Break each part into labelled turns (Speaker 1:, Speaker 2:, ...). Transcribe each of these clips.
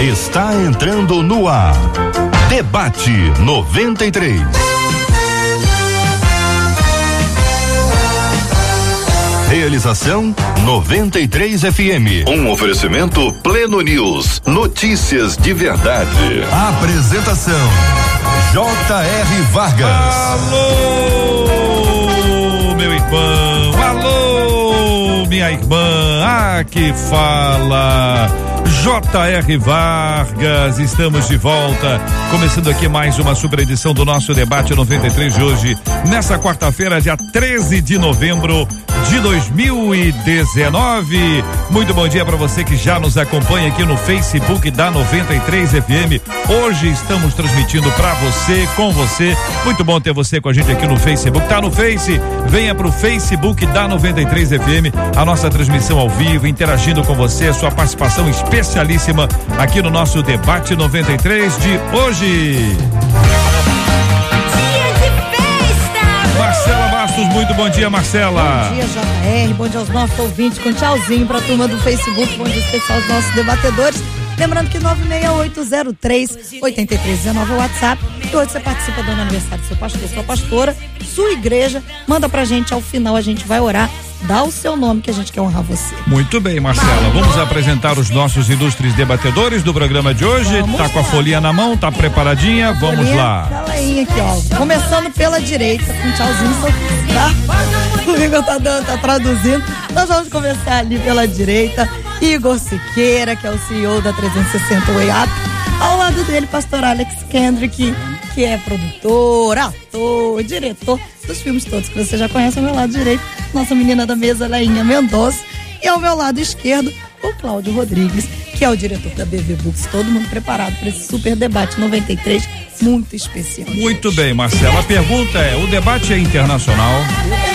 Speaker 1: está entrando no ar. Debate 93. Realização 93 FM. Um oferecimento Pleno News. Notícias de verdade. Apresentação J.R. Vargas.
Speaker 2: Alô, meu irmão, alô, minha irmã, ah, que fala. J.R. Vargas, estamos de volta, começando aqui mais uma super edição do nosso debate 93 de hoje, nessa quarta-feira, dia 13 de novembro de 2019. Muito bom dia para você que já nos acompanha aqui no Facebook da 93 FM. Hoje estamos transmitindo para você, com você. Muito bom ter você com a gente aqui no Facebook. Tá no Face? Venha pro Facebook da 93 FM, a nossa transmissão ao vivo, interagindo com você, sua participação especialíssima aqui no nosso debate 93 de hoje.
Speaker 3: Dia de festa!
Speaker 2: Marcela Bastos, muito bom dia, Marcela.
Speaker 4: Bom dia, JR. Bom dia aos nossos ouvintes. Com tchauzinho pra turma do Facebook. Bom dia especial aos nossos debatedores. Lembrando que 96803-8319 é o WhatsApp. E hoje você participa do aniversário do seu pastor, sua pastora, sua igreja. Manda pra gente ao final, a gente vai orar. Dá o seu nome que a gente quer honrar você.
Speaker 2: Muito bem, Marcela. Vamos apresentar os nossos ilustres debatedores do programa de hoje.
Speaker 4: Vamos
Speaker 2: tá com a
Speaker 4: lá.
Speaker 2: folhinha na mão, tá preparadinha? Vamos
Speaker 4: Olhinha,
Speaker 2: lá.
Speaker 4: tá leinha aqui, ó. Começando pela direita, com um tchauzinho, sorriso, tá? O Igor tá, dando, tá traduzindo. Nós vamos começar ali pela direita. Igor Siqueira, que é o CEO da 360 Way Up. Ao lado dele, pastor Alex Kendrick, que é produtor, ator, diretor dos filmes todos que você já conhece. Ao meu lado direito, nossa menina da mesa, Leinha Mendonça. E ao meu lado esquerdo, o Cláudio Rodrigues, que é o diretor da BV Books. Todo mundo preparado para esse super debate 93, muito especial.
Speaker 2: Muito bem, Marcela. A pergunta é: o debate é internacional?
Speaker 4: Internacional.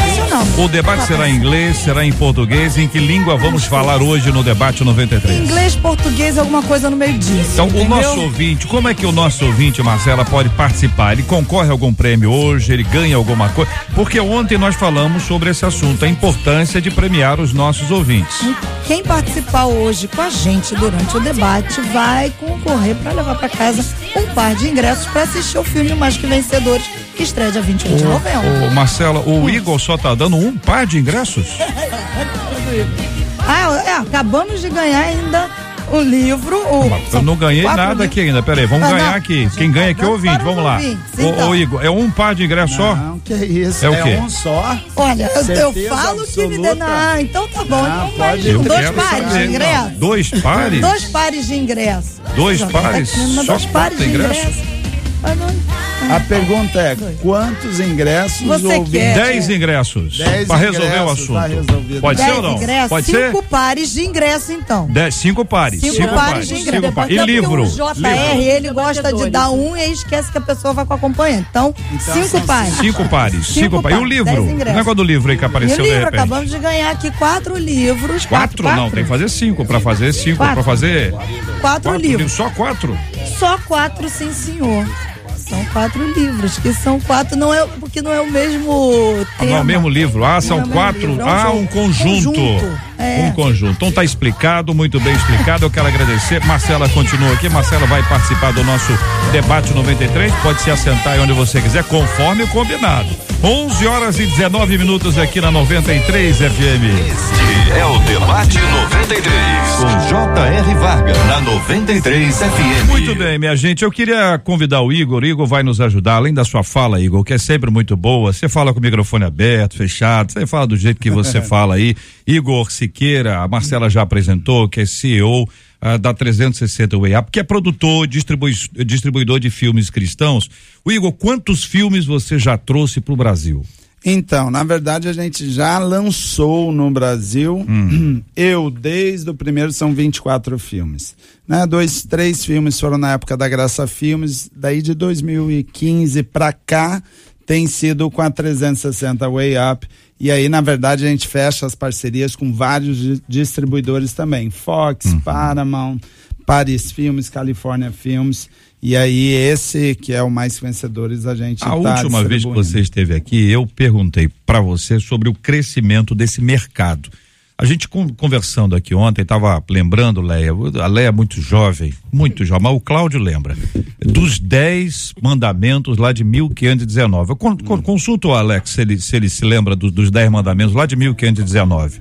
Speaker 2: O debate será em inglês? Será em português? Em que língua vamos falar hoje no debate 93?
Speaker 4: Inglês, português, alguma coisa no meio disso.
Speaker 2: Então, o
Speaker 4: entendeu?
Speaker 2: nosso ouvinte, como é que o nosso ouvinte, Marcela, pode participar? Ele concorre a algum prêmio hoje? Ele ganha alguma coisa? Porque ontem nós falamos sobre esse assunto, a importância de premiar os nossos ouvintes.
Speaker 4: Quem participar hoje com a gente durante o debate vai concorrer para levar para casa um par de ingressos para assistir o filme Mais Que Vencedores, que estreia dia 21 de novembro.
Speaker 2: Ô, Marcela,
Speaker 4: Hum.
Speaker 2: o Igor só tá dando um par de ingressos?
Speaker 4: Ah, é, acabamos de ganhar ainda o livro. O,
Speaker 2: Eu não ganhei
Speaker 4: quatro
Speaker 2: nada
Speaker 4: livros.
Speaker 2: aqui ainda. Peraí, vamos
Speaker 4: Ah, não.
Speaker 2: ganhar aqui. Quem ganha aqui é o ouvinte. Vamos lá.
Speaker 4: Ouvintes,
Speaker 2: Ô,
Speaker 4: então.
Speaker 2: ô, Igor, é um par de ingressos só?
Speaker 5: Não, que isso.
Speaker 2: É o quê?
Speaker 5: um só.
Speaker 4: Olha, eu- eu,
Speaker 5: Certeza
Speaker 4: falo que me
Speaker 5: absoluta.
Speaker 4: deu. Ah, então tá bom.
Speaker 5: Ah,
Speaker 4: então vai
Speaker 5: pode-
Speaker 4: com dois
Speaker 2: quero
Speaker 4: pares de
Speaker 2: saber.
Speaker 4: ingressos.
Speaker 2: Dois pares?
Speaker 4: Dois pares de ingressos.
Speaker 2: Dois
Speaker 4: Jovem, tá
Speaker 2: pares?
Speaker 4: querendo
Speaker 2: Só Ah,
Speaker 4: dois pares de
Speaker 2: quatro ingressos?
Speaker 4: ingressos. Mas não-
Speaker 5: A pergunta é: quantos ingressos
Speaker 4: Você
Speaker 5: o
Speaker 4: quer?
Speaker 2: Dez ingressos.
Speaker 5: Dez
Speaker 2: Para resolver o
Speaker 5: ingressos, tá
Speaker 2: assunto.
Speaker 5: resolvido.
Speaker 2: Pode ser
Speaker 4: Dez
Speaker 2: ou não?
Speaker 4: ingressos,
Speaker 2: Pode ser?
Speaker 4: cinco pares de ingresso, então.
Speaker 2: Dez, cinco pares.
Speaker 4: Cinco, pares, de ingresso.
Speaker 2: Cinco pares. E
Speaker 4: Até porque
Speaker 2: livro.
Speaker 4: O JR,
Speaker 2: Livro.
Speaker 4: um ele gosta de dar um e esquece que a pessoa vai com acompanhante. Então,
Speaker 5: Então,
Speaker 4: cinco
Speaker 5: são
Speaker 4: pares.
Speaker 2: Cinco pares.
Speaker 4: Cinco
Speaker 2: Cinco pares. E o
Speaker 4: pares,
Speaker 2: livro? é
Speaker 4: dez ingressos.
Speaker 2: O negócio do livro aí que
Speaker 4: E
Speaker 2: apareceu
Speaker 4: o
Speaker 2: de
Speaker 4: livro,
Speaker 2: repente.
Speaker 4: acabamos de ganhar aqui quatro livros.
Speaker 2: Quatro? Não, tem que fazer cinco. Pra fazer cinco,
Speaker 4: Quatro.
Speaker 2: pra fazer.
Speaker 4: Quatro,
Speaker 2: Quatro
Speaker 4: livros.
Speaker 2: livros. Só quatro?
Speaker 4: Só quatro, sim, senhor. São quatro livros, que são quatro, não é, porque não é o mesmo
Speaker 2: Ah,
Speaker 4: tema.
Speaker 2: Não é o mesmo livro. Ah, são
Speaker 4: Não é o mesmo
Speaker 2: quatro.
Speaker 4: livro, é um
Speaker 2: Ah,
Speaker 4: jogo.
Speaker 2: um conjunto.
Speaker 4: Conjunto, é.
Speaker 2: Um conjunto. Então tá explicado, muito bem explicado. Eu quero agradecer. Marcela continua aqui. Marcela vai participar do nosso debate 93. Pode se assentar aí onde você quiser, conforme o combinado. 11 horas e 19 minutos aqui na 93 FM.
Speaker 1: Este é o Debate 93, com J.R. Vargas, na 93 FM.
Speaker 2: Muito bem, minha gente. Eu queria convidar o Igor. O Igor vai nos ajudar, além da sua fala, Igor, que é sempre muito boa. Você fala com o microfone aberto, fechado, você fala do jeito que você fala aí. Igor Siqueira, a Marcela já apresentou, que é CEO ah, da 360 Way Up, que é produtor, distribui- distribuidor de filmes cristãos. O Igor, quantos filmes você já trouxe para o Brasil?
Speaker 5: Então, na verdade, a gente já lançou no Brasil.
Speaker 2: Hum.
Speaker 5: Eu, desde o primeiro, são 24 filmes. Né? Dois, três filmes foram na época da Graça Filmes. Daí de 2015 pra cá, tem sido com a 360 Way Up. E aí, na verdade, a gente fecha as parcerias com vários di- distribuidores também: Fox,
Speaker 2: Uhum.
Speaker 5: Paramount, Paris Filmes, Califórnia Filmes. E aí, esse que é o mais vencedores, a gente
Speaker 2: A
Speaker 5: tá
Speaker 2: última vez que
Speaker 5: distribuindo.
Speaker 2: você esteve aqui, eu perguntei para você sobre o crescimento desse mercado. A gente con- conversando aqui ontem, estava lembrando, Leia, o- a Leia é muito jovem, muito jovem, mas o Cláudio lembra, dos 10 mandamentos lá de 1519. Eu con- con- consulto o Alex se ele se, ele se lembra do- dos 10 mandamentos lá de 1519.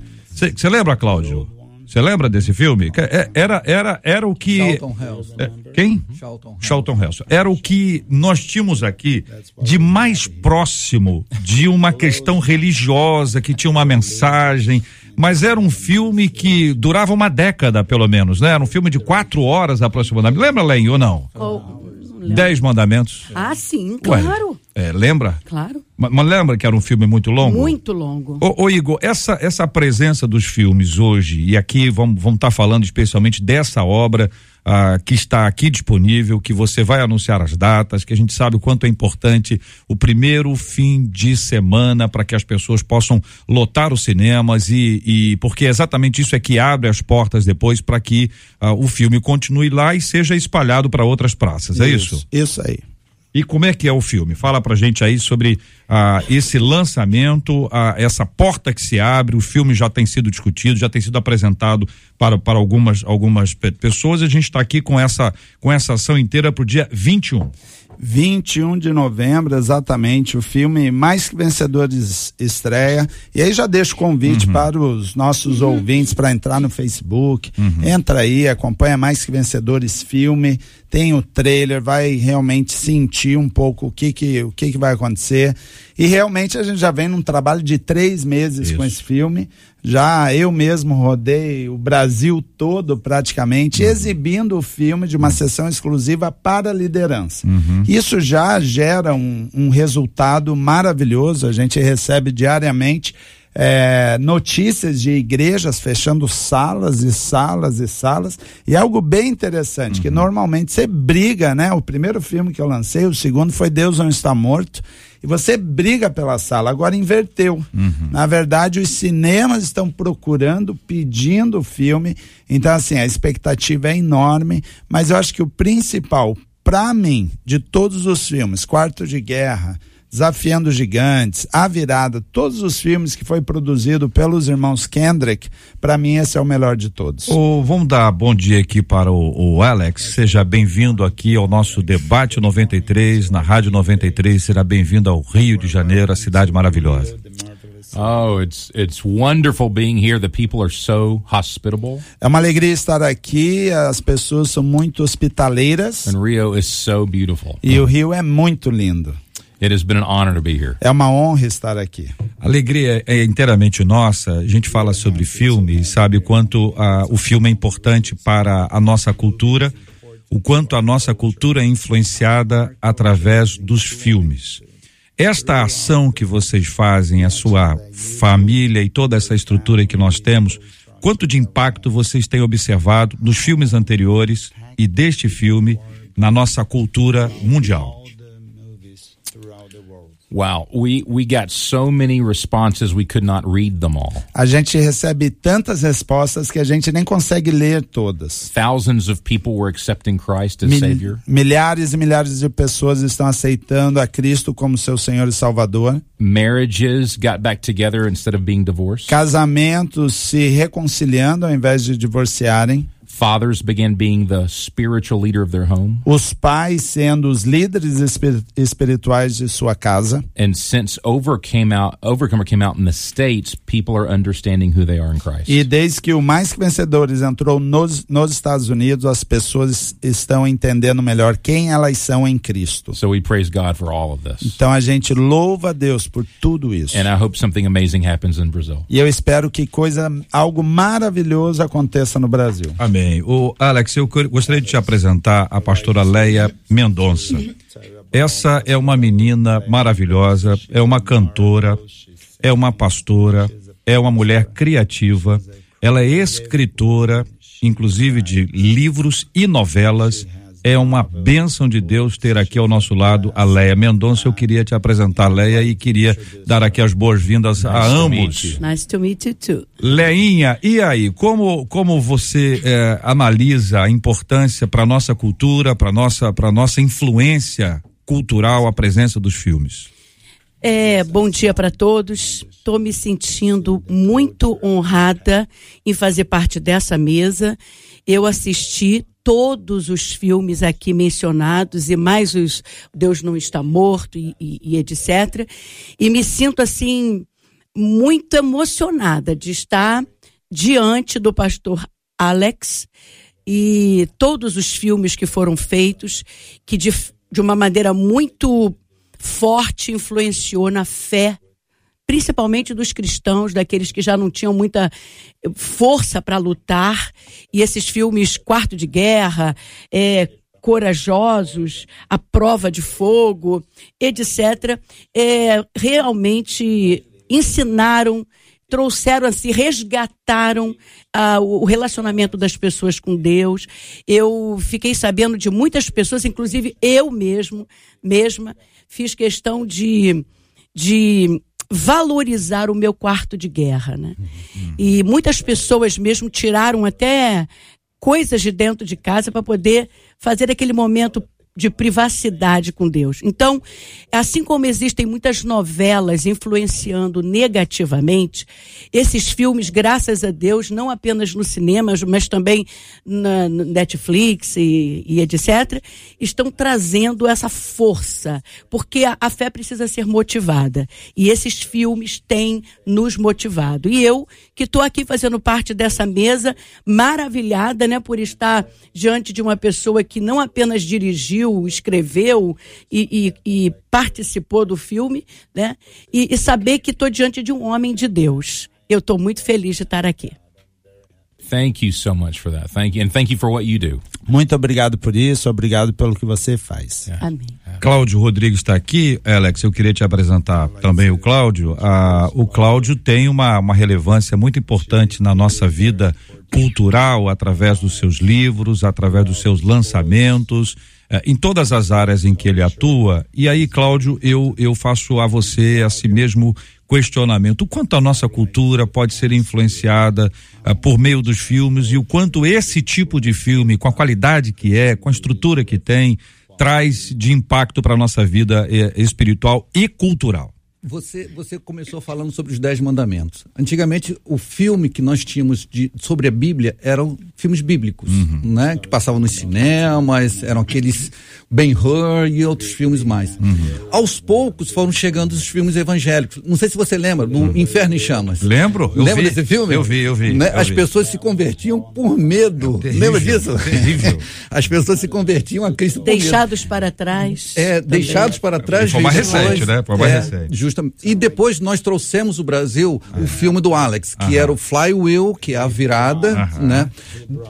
Speaker 2: Você lembra, Cláudio? Você lembra desse filme? Que é- Era, era, era o que.
Speaker 6: Charlton Heston.
Speaker 2: É, quem?
Speaker 6: Charlton Heston.
Speaker 2: Charlton Heston. Era o que nós tínhamos aqui de mais próximo de uma questão religiosa, que tinha uma mensagem, mas era um filme que durava uma década, pelo menos, né? Era um filme de quatro horas aproximadamente. Lembra, Len, ou não? Dez Mandamentos.
Speaker 7: Ah, sim,
Speaker 2: Ué,
Speaker 7: claro.
Speaker 2: é, lembra?
Speaker 7: Claro.
Speaker 2: Ma- Mas lembra que era um filme muito longo?
Speaker 7: Muito longo.
Speaker 2: Ô, ô, Igor, essa, essa presença dos filmes hoje, e aqui vamos estar falando especialmente dessa obra ah, que está aqui disponível, que você vai anunciar as datas, que a gente sabe o quanto é importante o primeiro fim de semana para que as pessoas possam lotar os cinemas e, e- porque exatamente isso é que abre as portas depois para que ah, o filme continue lá e seja espalhado para outras praças, é isso?
Speaker 5: Isso aí.
Speaker 2: E como é que é o filme? Fala pra gente aí sobre ah, esse lançamento, ah, essa porta que se abre. O filme já tem sido discutido, já tem sido apresentado para, para algumas, algumas pe- pessoas. E a gente está aqui com essa, com essa ação inteira pro dia 21.
Speaker 5: 21 de novembro, exatamente, o filme Mais que Vencedores estreia. E aí já deixo o
Speaker 2: Uhum.
Speaker 5: convite para os nossos ouvintes para entrar no Facebook.
Speaker 2: Uhum.
Speaker 5: Entra aí, acompanha Mais que Vencedores filme, tem o trailer, vai realmente sentir um pouco o que que, o que, que vai acontecer. E realmente a gente já vem num trabalho de três meses
Speaker 2: Isso.
Speaker 5: com esse esse filme. Já eu mesmo rodei o Brasil todo, praticamente, exibindo o filme de uma sessão exclusiva para a liderança. Isso já gera um, um resultado maravilhoso. A gente recebe diariamente eh, notícias de igrejas fechando salas e salas e salas. E é algo bem interessante, que normalmente você briga, né? O primeiro filme que eu lancei, o segundo foi Deus Não Está Morto. E você briga pela sala. Agora inverteu. Na verdade, os cinemas estão procurando, pedindo o filme. Então, assim, a expectativa é enorme. Mas eu acho que o principal, pra mim, de todos os filmes, Quarto de Guerra, Desafiando os Gigantes, A Virada, todos os filmes que foi produzido pelos irmãos Kendrick, pra mim esse é o melhor de todos.
Speaker 2: Ô, vamos dar bom dia aqui para o, o Alex. Seja bem-vindo aqui ao nosso debate 93 na Rádio 93. Será bem-vindo ao Rio de Janeiro, a cidade maravilhosa.
Speaker 8: Oh, it's it's wonderful being here. The people are so hospitable,
Speaker 5: É uma alegria estar aqui, as pessoas são muito hospitaleiras
Speaker 8: and Rio is so beautiful.
Speaker 5: e o Rio é muito lindo.
Speaker 8: It has been an honor to be here.
Speaker 5: É uma honra estar aqui.
Speaker 2: A alegria é inteiramente nossa. A gente fala sobre filme e sabe o quanto ah, o filme é importante para a nossa cultura, o quanto a nossa cultura é influenciada através dos filmes. Esta ação que vocês fazem, a sua família e toda essa estrutura que nós temos, quanto de impacto vocês têm observado dos filmes anteriores e deste filme na nossa cultura mundial?
Speaker 8: Wow, we we got so many responses we could not read them all.
Speaker 5: A gente recebe tantas respostas que a gente nem consegue ler todas.
Speaker 8: Thousands of people were accepting Christ as
Speaker 5: Mil-
Speaker 8: Savior.
Speaker 5: milhares e milhares de pessoas estão aceitando a Cristo como seu Senhor e Salvador.
Speaker 8: Marriages got back together instead of being divorced.
Speaker 5: Casamentos se reconciliando ao invés de divorciarem.
Speaker 8: Fathers began being the spiritual leader of their home,
Speaker 5: Os pais sendo os líderes espi- espirituais de sua casa.
Speaker 8: and since over came out, Overcomer came out in the states, people are understanding who they are in Christ.
Speaker 5: E desde que o Mais Que Vencedores entrou nos, nos Estados Unidos, as pessoas estão entendendo melhor quem elas são em Cristo.
Speaker 8: So we praise God for all of this.
Speaker 5: Então a gente louva a Deus por tudo isso.
Speaker 8: And I hope something amazing happens in Brazil.
Speaker 5: E eu espero que coisa, algo maravilhoso aconteça no Brasil.
Speaker 2: Amém. O Alex, eu cur- gostaria de te apresentar a pastora Leia Mendonça. Essa é uma menina maravilhosa, é uma cantora, é uma pastora, é uma mulher criativa, ela é escritora, inclusive de livros e novelas. É uma bênção de Deus ter aqui ao nosso lado a Leia Mendonça. Eu queria te apresentar, Leia, e queria dar aqui as boas-vindas a ambos.
Speaker 7: Nice to meet you too.
Speaker 2: Leinha, e aí, como, como você eh, analisa a importância para nossa cultura, para nossa para nossa influência cultural a presença dos filmes?
Speaker 6: É, bom dia para todos. Estou me sentindo muito honrada em fazer parte dessa mesa. Eu assisti todos os filmes aqui mencionados e mais os Deus não está morto e, e- e etc. E me sinto assim muito emocionada de estar diante do pastor Alex e todos os filmes que foram feitos que de, de uma maneira muito forte influenciou na fé principalmente dos cristãos, daqueles que já não tinham muita eh, força para lutar. E esses filmes Quarto de Guerra, eh, Corajosos, A Prova de Fogo, etc., eh, realmente ensinaram, trouxeram assim, resgataram ah, o o relacionamento das pessoas com Deus. Eu fiquei sabendo de muitas pessoas, inclusive eu mesmo, mesma, fiz questão de de valorizar o meu quarto de guerra, né? E muitas pessoas mesmo tiraram até coisas de dentro de casa para poder fazer aquele momento de privacidade com Deus. Então, assim como existem muitas novelas influenciando negativamente, esses filmes, graças a Deus, não apenas no cinema, mas também na no Netflix e, e etc, estão trazendo essa força, porque a, a fé precisa ser motivada. E esses filmes têm nos motivado. E eu, que estou aqui fazendo parte dessa mesa, maravilhada, né, por estar diante de uma pessoa que não apenas dirigiu, escreveu e, e- e participou do filme, né, e, e saber que estou diante de um homem de Deus. Eu estou muito feliz de estar aqui.
Speaker 8: Thank you so much for that. Thank you. And thank you for what you do.
Speaker 5: Muito obrigado por isso, obrigado pelo que você faz.
Speaker 6: Amém.
Speaker 2: É. Cláudio Rodrigues está aqui. É, Alex, eu queria te apresentar também o Cláudio. Ah, o Cláudio tem uma, uma relevância muito importante na nossa vida cultural, através dos seus livros, através dos seus lançamentos, eh, em todas as áreas em que ele atua. E aí, Cláudio, eu, eu faço a você, a si mesmo, questionamento. O quanto a nossa cultura pode ser influenciada ah, por meio dos filmes e o quanto esse tipo de filme, com a qualidade que é, com a estrutura que tem, traz de impacto para nossa vida eh, espiritual e cultural.
Speaker 7: Você, você começou falando sobre os Dez Mandamentos. Antigamente, o filme que nós tínhamos de- sobre a Bíblia eram filmes bíblicos,
Speaker 2: Uhum.
Speaker 7: né? Que passavam nos cinemas, eram aqueles Ben-Hur e outros filmes mais.
Speaker 2: Uhum.
Speaker 7: Aos poucos foram chegando os filmes evangélicos. Não sei se você lembra, do Inferno em Chamas.
Speaker 2: Uhum. Lembro, eu
Speaker 7: lembra
Speaker 2: vi.
Speaker 7: desse filme?
Speaker 2: Eu vi, eu vi,
Speaker 7: Né?
Speaker 2: eu
Speaker 7: As
Speaker 2: vi. É
Speaker 7: pessoas se convertiam por medo.
Speaker 2: Terrível,
Speaker 7: lembra disso?
Speaker 2: terrível.
Speaker 7: As pessoas se convertiam a Cristo por medo.
Speaker 6: Deixados para trás.
Speaker 7: É,
Speaker 6: também.
Speaker 7: deixados para trás.
Speaker 2: Foi mais
Speaker 7: vencedores.
Speaker 2: recente, né? Foi mais
Speaker 7: É,
Speaker 2: recente.
Speaker 7: Justamente. E depois nós trouxemos o Brasil o filme do Alex, que era o Flywheel, que é a virada, né?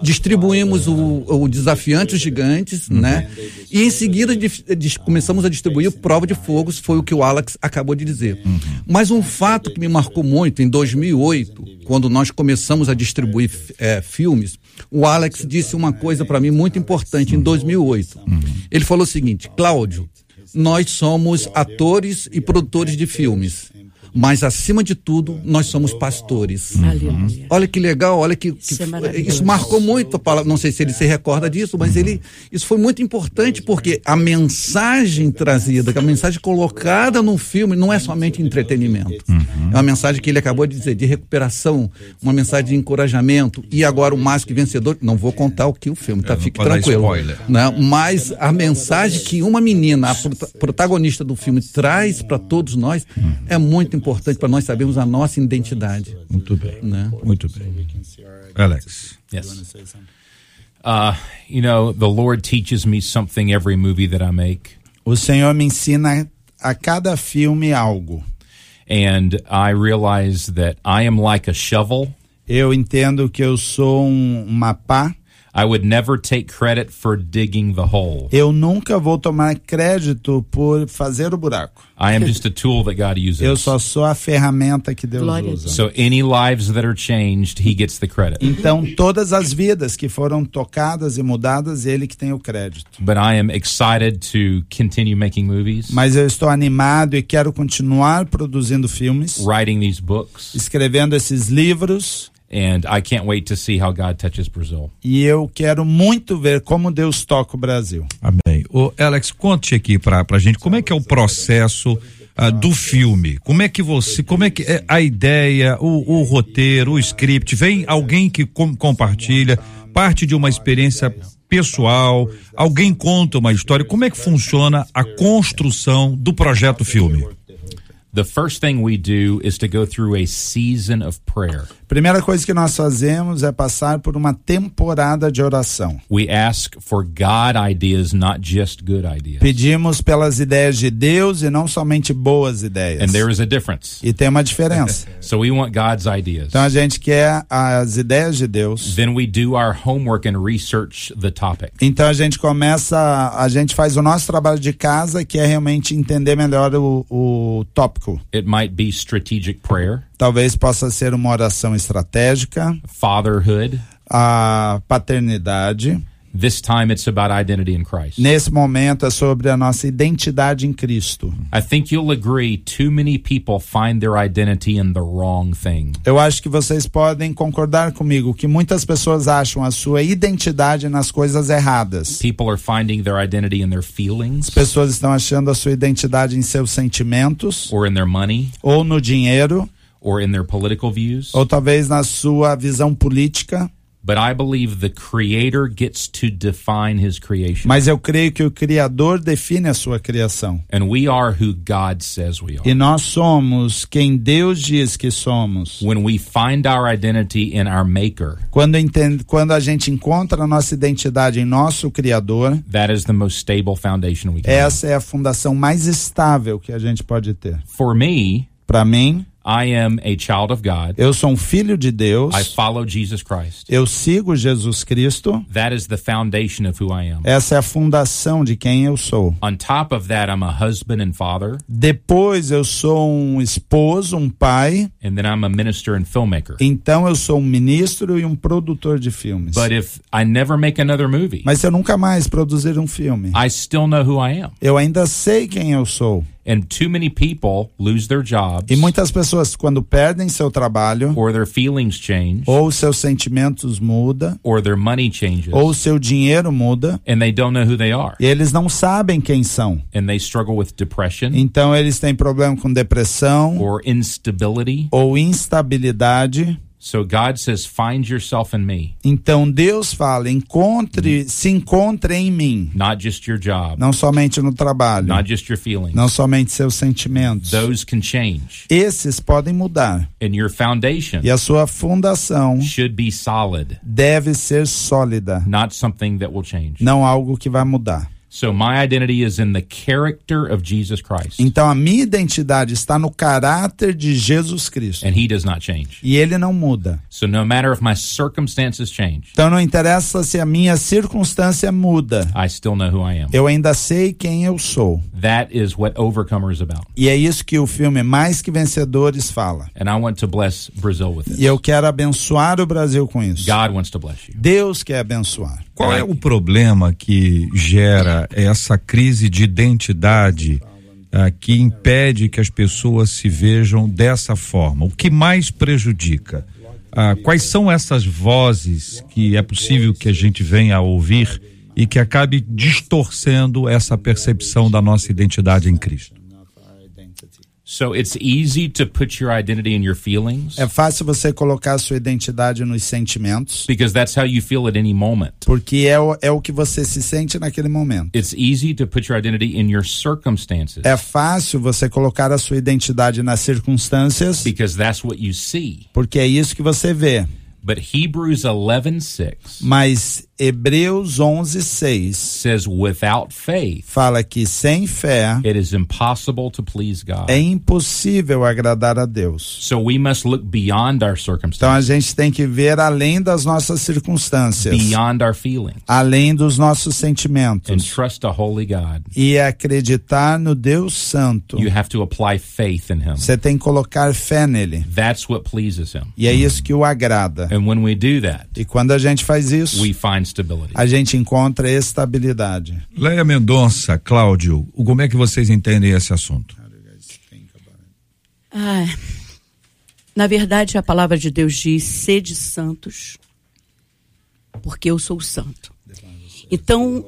Speaker 7: Distribuímos o, o Desafiante os Gigantes,
Speaker 2: Uhum.
Speaker 7: né? E em seguida dif- dis- começamos a distribuir o Prova de Fogos, foi o que o Alex acabou de dizer.
Speaker 2: Uhum.
Speaker 7: Mas um fato que me marcou muito, em 2008, quando nós começamos a distribuir eh, filmes, o Alex disse uma coisa para mim muito importante em 2008.
Speaker 2: Uhum.
Speaker 7: Ele falou o seguinte, Cláudio, nós somos atores e produtores de filmes. Mas, acima de tudo, nós somos pastores.
Speaker 6: Aleluia.
Speaker 7: Olha que legal, olha que. que-
Speaker 6: Isso é maravilhoso.
Speaker 7: isso marcou muito a palavra. Não sei se ele se recorda disso, mas ele. Isso foi muito importante, porque a mensagem trazida, que a mensagem colocada no filme não é somente entretenimento.
Speaker 2: Uhum.
Speaker 7: É uma mensagem que ele acabou de dizer, de recuperação, uma mensagem de encorajamento. E agora o mais que vencedor. Não vou contar o que o filme, tá?
Speaker 2: não
Speaker 7: Fique
Speaker 2: pode dar
Speaker 7: tranquilo.
Speaker 2: spoiler.
Speaker 7: né? Mas a mensagem que uma menina, a prota- protagonista do filme, traz para todos nós é muito importante para nós sabermos a nossa identidade.
Speaker 2: Muito bem.
Speaker 7: Né?
Speaker 2: Ah, Muito bem. Alex.
Speaker 8: Yes. Uh, you know, the Lord teaches me something every movie that I make.
Speaker 5: O Senhor me ensina a cada filme algo.
Speaker 8: And I realize that I am like a shovel.
Speaker 5: Eu entendo que eu sou um, uma pá.
Speaker 8: I would never take credit for digging the hole.
Speaker 5: Eu nunca vou tomar crédito por fazer o buraco.
Speaker 8: I am just a tool that God uses.
Speaker 5: Eu só sou a ferramenta que Deus
Speaker 6: Glória a
Speaker 5: usa.
Speaker 8: so any lives that are changed, he gets the credit.
Speaker 5: Então, todas as vidas que foram tocadas e mudadas, ele que tem o crédito.
Speaker 8: But I am excited to continue making movies,
Speaker 5: Mas eu estou animado e quero continuar produzindo filmes,
Speaker 8: writing these books,
Speaker 5: escrevendo esses livros,
Speaker 8: and I can't wait to see how God touches Brazil.
Speaker 5: e eu quero muito ver como Deus toca o Brasil.
Speaker 2: Amém. Ô, Alex, conte aqui para a gente como é que é o processo ah, do filme. Como é que você, como é que é a ideia, o, o roteiro, o script, vem alguém que com- compartilha, parte de uma experiência pessoal, alguém conta uma história. Como é que funciona a construção do projeto filme?
Speaker 8: The first thing we do is to go through a season of prayer.
Speaker 5: Primeira coisa que nós fazemos é passar por uma temporada de oração.
Speaker 8: We ask for God ideas, not just good ideas.
Speaker 5: Pedimos pelas ideias de Deus e não somente boas ideias.
Speaker 8: And there is a difference.
Speaker 5: E tem uma diferença.
Speaker 8: So we want God's ideas.
Speaker 5: Então a gente quer as ideias de Deus.
Speaker 8: Then we do our homework and research the topic.
Speaker 5: Então a gente começa, a gente faz o nosso trabalho de casa, que é realmente entender melhor o, o tópico.
Speaker 8: It might be strategic prayer,
Speaker 5: Talvez possa ser uma oração estratégica,
Speaker 8: fatherhood.
Speaker 5: a paternidade.
Speaker 8: This time it's about identity in Christ.
Speaker 5: Nesse momento é sobre a nossa identidade em Cristo.
Speaker 8: I think you'll agree too many people find their identity in the wrong thing.
Speaker 5: Eu acho que vocês podem concordar comigo que muitas pessoas acham a sua identidade nas coisas erradas.
Speaker 8: People are finding their identity in their feelings
Speaker 5: Pessoas estão achando a sua identidade em seus sentimentos,
Speaker 8: or in their money
Speaker 5: ou no dinheiro,
Speaker 8: or in their political views.
Speaker 5: ou talvez na sua visão política.
Speaker 8: But I believe the creator gets to define his creation.
Speaker 5: Mas eu creio que o Criador define a sua criação.
Speaker 8: and we are who God says we
Speaker 5: E
Speaker 8: are.
Speaker 5: nós somos quem Deus diz que somos.
Speaker 8: When we find our identity in our maker,
Speaker 5: Quando, entende, quando a gente encontra a nossa identidade em nosso Criador,
Speaker 8: that is the most stable foundation we can have.
Speaker 5: essa é a fundação mais estável que a gente pode ter.
Speaker 8: For me,
Speaker 5: Para mim,
Speaker 8: I am a child of God.
Speaker 5: eu sou um filho de Deus.
Speaker 8: I follow Jesus Christ.
Speaker 5: Eu sigo Jesus Cristo.
Speaker 8: That is the foundation of who I am.
Speaker 5: Essa é a fundação de quem eu sou.
Speaker 8: On top of that, I'm a husband and father,
Speaker 5: Depois eu sou um esposo, um pai.
Speaker 8: and then I'm a minister and filmmaker.
Speaker 5: Então eu sou um ministro e um produtor de filmes.
Speaker 8: But if I never make another movie,
Speaker 5: Mas se eu nunca mais produzir um filme,
Speaker 8: I still know who I am.
Speaker 5: eu ainda sei quem eu sou.
Speaker 8: And too many people lose their jobs
Speaker 5: E muitas pessoas, quando perdem seu trabalho,
Speaker 8: or their feelings change
Speaker 5: ou seus sentimentos mudam,
Speaker 8: or their money changes
Speaker 5: ou seu dinheiro muda,
Speaker 8: and they don't know who they are
Speaker 5: e eles não sabem quem são.
Speaker 8: and they struggle with depression
Speaker 5: Então eles têm problema com depressão
Speaker 8: or instability.
Speaker 5: ou instabilidade.
Speaker 8: So God says, find yourself in me,
Speaker 5: Então Deus fala: encontre, se encontre em mim,
Speaker 8: not just your job,
Speaker 5: não somente no trabalho,
Speaker 8: not just your feelings.
Speaker 5: não somente seus sentimentos.
Speaker 8: Those can change.
Speaker 5: Esses podem mudar
Speaker 8: And your foundation
Speaker 5: e a sua fundação
Speaker 8: should be solid,
Speaker 5: deve ser sólida,
Speaker 8: not something that will change.
Speaker 5: não algo que vai mudar.
Speaker 8: So my identity is in the character of Jesus Christ,
Speaker 5: Então a minha identidade está no caráter de Jesus Cristo
Speaker 8: and he does not change.
Speaker 5: e ele não muda.
Speaker 8: So no matter if my circumstances change,
Speaker 5: Então não interessa se a minha circunstância muda,
Speaker 8: I still know who I am.
Speaker 5: eu ainda sei quem eu sou.
Speaker 8: That is what Overcomer is about.
Speaker 5: E é isso que o filme Mais que Vencedores fala.
Speaker 8: And I want to bless Brazil with
Speaker 5: E
Speaker 8: this.
Speaker 5: eu quero abençoar o Brasil com isso.
Speaker 8: God wants to bless you.
Speaker 5: Deus quer abençoar.
Speaker 2: Qual é o problema que gera essa crise de identidade ah, que impede que as pessoas se vejam dessa forma? O que mais prejudica? Ah, quais são essas vozes que é possível que a gente venha a ouvir e que acabe distorcendo essa percepção da nossa identidade em Cristo?
Speaker 8: So it's easy to put your identity in your feelings
Speaker 5: É fácil você colocar sua identidade nos sentimentos,
Speaker 8: because that's how you feel at any moment.
Speaker 5: porque é o, é o que você se sente naquele momento.
Speaker 8: It's easy to put your identity in your circumstances
Speaker 5: É fácil você colocar a sua identidade nas circunstâncias,
Speaker 8: because that's what you see.
Speaker 5: porque é isso que você vê.
Speaker 8: But Hebrews 11:6
Speaker 5: Mas Hebreus 11, 6
Speaker 8: says without faith
Speaker 5: fala que sem fé
Speaker 8: it is impossible to please God.
Speaker 5: é impossível agradar a Deus.
Speaker 8: So we must look beyond
Speaker 5: Então
Speaker 8: our
Speaker 5: a
Speaker 8: circumstances,
Speaker 5: gente tem que ver além das nossas circunstâncias,
Speaker 8: beyond our feelings,
Speaker 5: além dos nossos
Speaker 8: and
Speaker 5: sentimentos,
Speaker 8: trust a holy God.
Speaker 5: e acreditar no Deus Santo.
Speaker 8: You have to apply faith in Him.
Speaker 5: Você tem que colocar fé nele.
Speaker 8: That's what pleases Him.
Speaker 5: E é isso que o agrada.
Speaker 8: And when we do that,
Speaker 5: E quando a gente faz isso,
Speaker 8: we find stability.
Speaker 5: a gente encontra estabilidade.
Speaker 2: Leia Mendonça, Cláudio, o- como é que vocês entendem esse assunto?
Speaker 6: Ah, na verdade, a palavra de Deus diz: sede santos, porque eu sou santo. Então,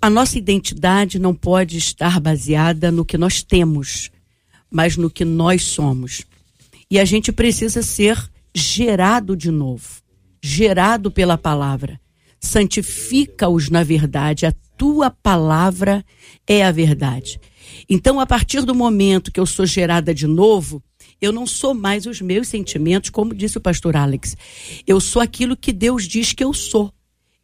Speaker 6: a nossa identidade não pode estar baseada no que nós temos, mas no que nós somos. E a gente precisa ser gerado de novo gerado pela palavra. Santifica-os na verdade, a tua palavra é a verdade. Então, a partir do momento que eu sou gerada de novo, eu não sou mais os meus sentimentos, como disse o pastor Alex. Eu sou aquilo que Deus diz que eu sou.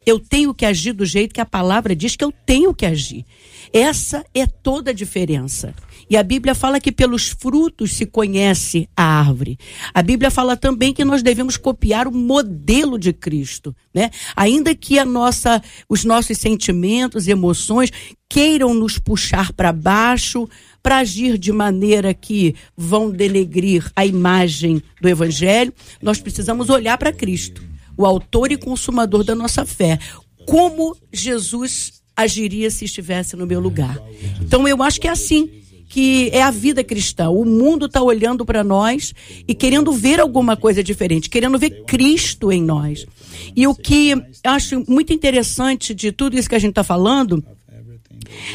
Speaker 6: Eu tenho que agir do jeito que a palavra diz que eu tenho que agir. Essa é toda a diferença. E a Bíblia fala que pelos frutos se conhece a árvore. A Bíblia fala também que nós devemos copiar o modelo de Cristo, né? Ainda que a nossa, os nossos sentimentos, emoções queiram nos puxar para baixo, para agir de maneira que vão denegrir a imagem do evangelho, nós precisamos olhar para Cristo o autor e consumador da nossa fé. Como Jesus agiria se estivesse no meu lugar? Então eu acho que é assim que é a vida cristã. O mundo está olhando para nós e querendo ver alguma coisa diferente, querendo ver Cristo em nós. E o que eu acho muito interessante de tudo isso que a gente está falando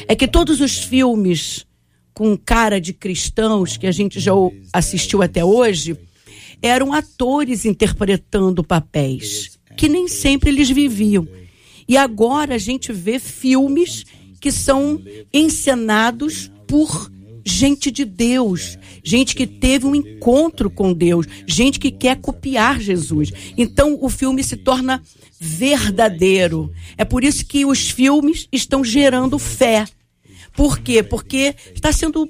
Speaker 6: é que todos os filmes com cara de cristãos que a gente já assistiu até hoje, eram atores interpretando papéis que nem sempre eles viviam. E agora a gente vê filmes que são encenados por gente de Deus, gente que teve um encontro com Deus, gente que quer copiar Jesus. Então o filme se torna verdadeiro. É por isso que os filmes estão gerando fé. Por quê? Porque está sendo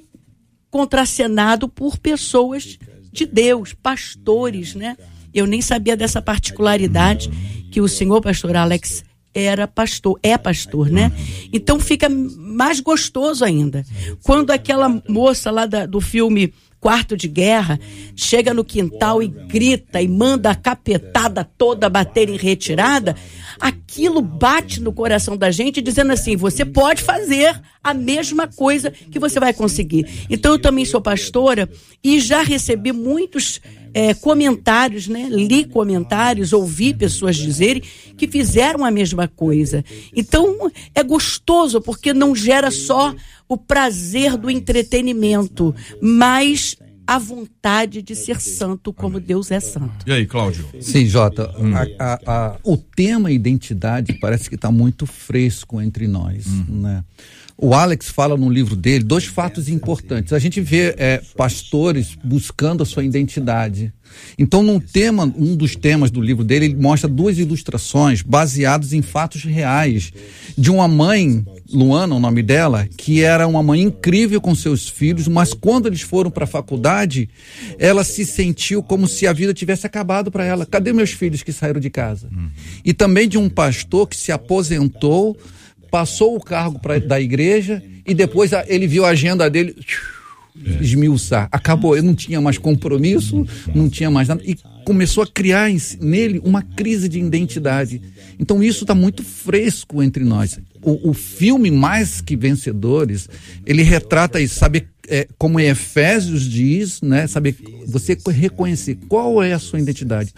Speaker 6: contracenado por pessoas de Deus, pastores, né? Eu nem sabia dessa particularidade que o senhor pastor Alex era pastor, é pastor, né? Então fica mais gostoso ainda. Quando aquela moça lá da, do filme Quarto de Guerra chega no quintal e grita e manda a capetada toda bater em retirada, aquilo bate no coração da gente dizendo assim: você pode fazer a mesma coisa que você vai conseguir. Então eu também sou pastora e já recebi muitos é, comentários, né? Li comentários, ouvi pessoas dizerem que fizeram a mesma coisa. Então é gostoso porque não gera só o prazer do entretenimento, mas a vontade de ser santo como Deus é santo.
Speaker 2: E aí, Cláudio?
Speaker 7: Sim, Jota. a- a- a- o tema identidade parece que está muito fresco entre nós. Né? O Alex fala no livro dele dois fatos importantes. A gente vê é, pastores buscando a sua identidade. Então, num tema, um dos temas do livro dele, ele mostra duas ilustrações baseadas em fatos reais de uma mãe, Luana, o nome dela, que era uma mãe incrível com seus filhos, mas quando eles foram para a faculdade, ela se sentiu como se a vida tivesse acabado para ela. Cadê meus filhos que saíram de casa? E também de um pastor que se aposentou, passou o cargo pra, da igreja e depois a- ele viu a agenda dele esmiuçar. Acabou, eu não tinha mais compromisso, não tinha mais nada. E começou a criar em si- nele uma crise de identidade. Então isso está muito fresco entre nós. O, o filme Mais Que Vencedores, ele retrata isso, sabe? é, como em Efésios diz, né? Saber você reconhecer qual é a sua identidade.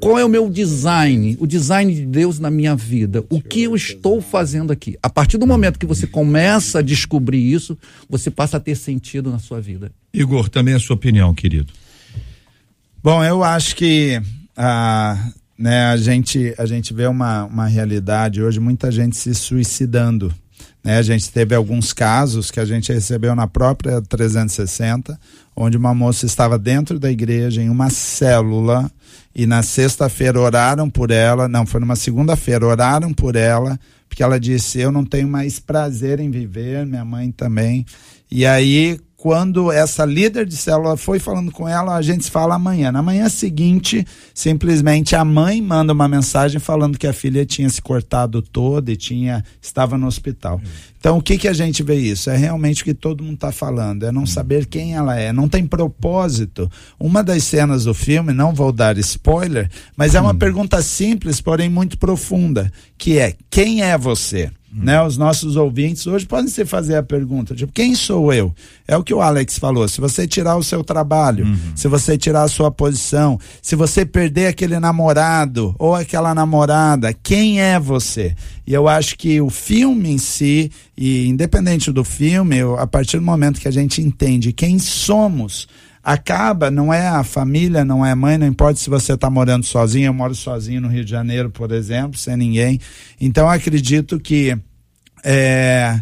Speaker 7: Qual é o meu design? O design de Deus na minha vida? O que eu estou fazendo aqui? A partir do momento que você começa a descobrir isso, você passa a ter sentido na sua vida.
Speaker 2: Igor, também a sua opinião, querido.
Speaker 5: Bom, eu acho que ah, né, a, gente, a gente vê uma, uma realidade hoje, muita gente se suicidando. Né? A gente teve alguns casos que a gente recebeu na própria 360, onde uma moça estava dentro da igreja, em uma célula, e na sexta-feira oraram por ela, não, foi numa segunda-feira, oraram por ela, porque ela disse: Eu não tenho mais prazer em viver, minha mãe também. E aí, quando essa líder de célula foi falando com ela, a gente se fala amanhã. Na manhã seguinte, simplesmente a mãe manda uma mensagem falando que a filha tinha se cortado toda e tinha estava no hospital. Então, o que que a gente vê isso? É realmente o que todo mundo está falando, é não saber quem ela é, não tem propósito. Uma das cenas do filme, não vou dar spoiler, mas é uma pergunta simples, porém muito profunda, que é: quem é você? Né? Os nossos ouvintes hoje podem se fazer a pergunta, tipo, quem sou eu? É o que o Alex falou. Se você tirar o seu trabalho, se você tirar a sua posição, se você perder aquele namorado ou aquela namorada, quem é você? E eu acho que o filme em si, e independente do filme, eu- a partir do momento que a gente entende quem somos, acaba, não é a família, não é a mãe, não importa se você está morando sozinho, eu moro sozinho no Rio de Janeiro, por exemplo, sem ninguém. Então eu acredito que é,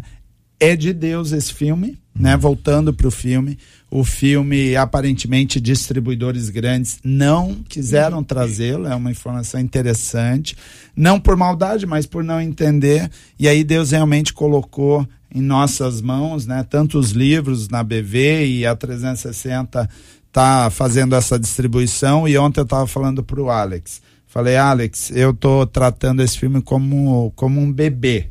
Speaker 5: é de Deus esse filme, né? Voltando para o filme. O filme, aparentemente, distribuidores grandes não quiseram trazê-lo, é uma informação interessante. Não por maldade, mas por não entender. E aí Deus realmente colocou em nossas mãos, né? Tanto os livros na BV e a 360 tá fazendo essa distribuição. E ontem eu estava falando para o Alex. Falei, Alex, eu tô tratando esse filme como, como um bebê.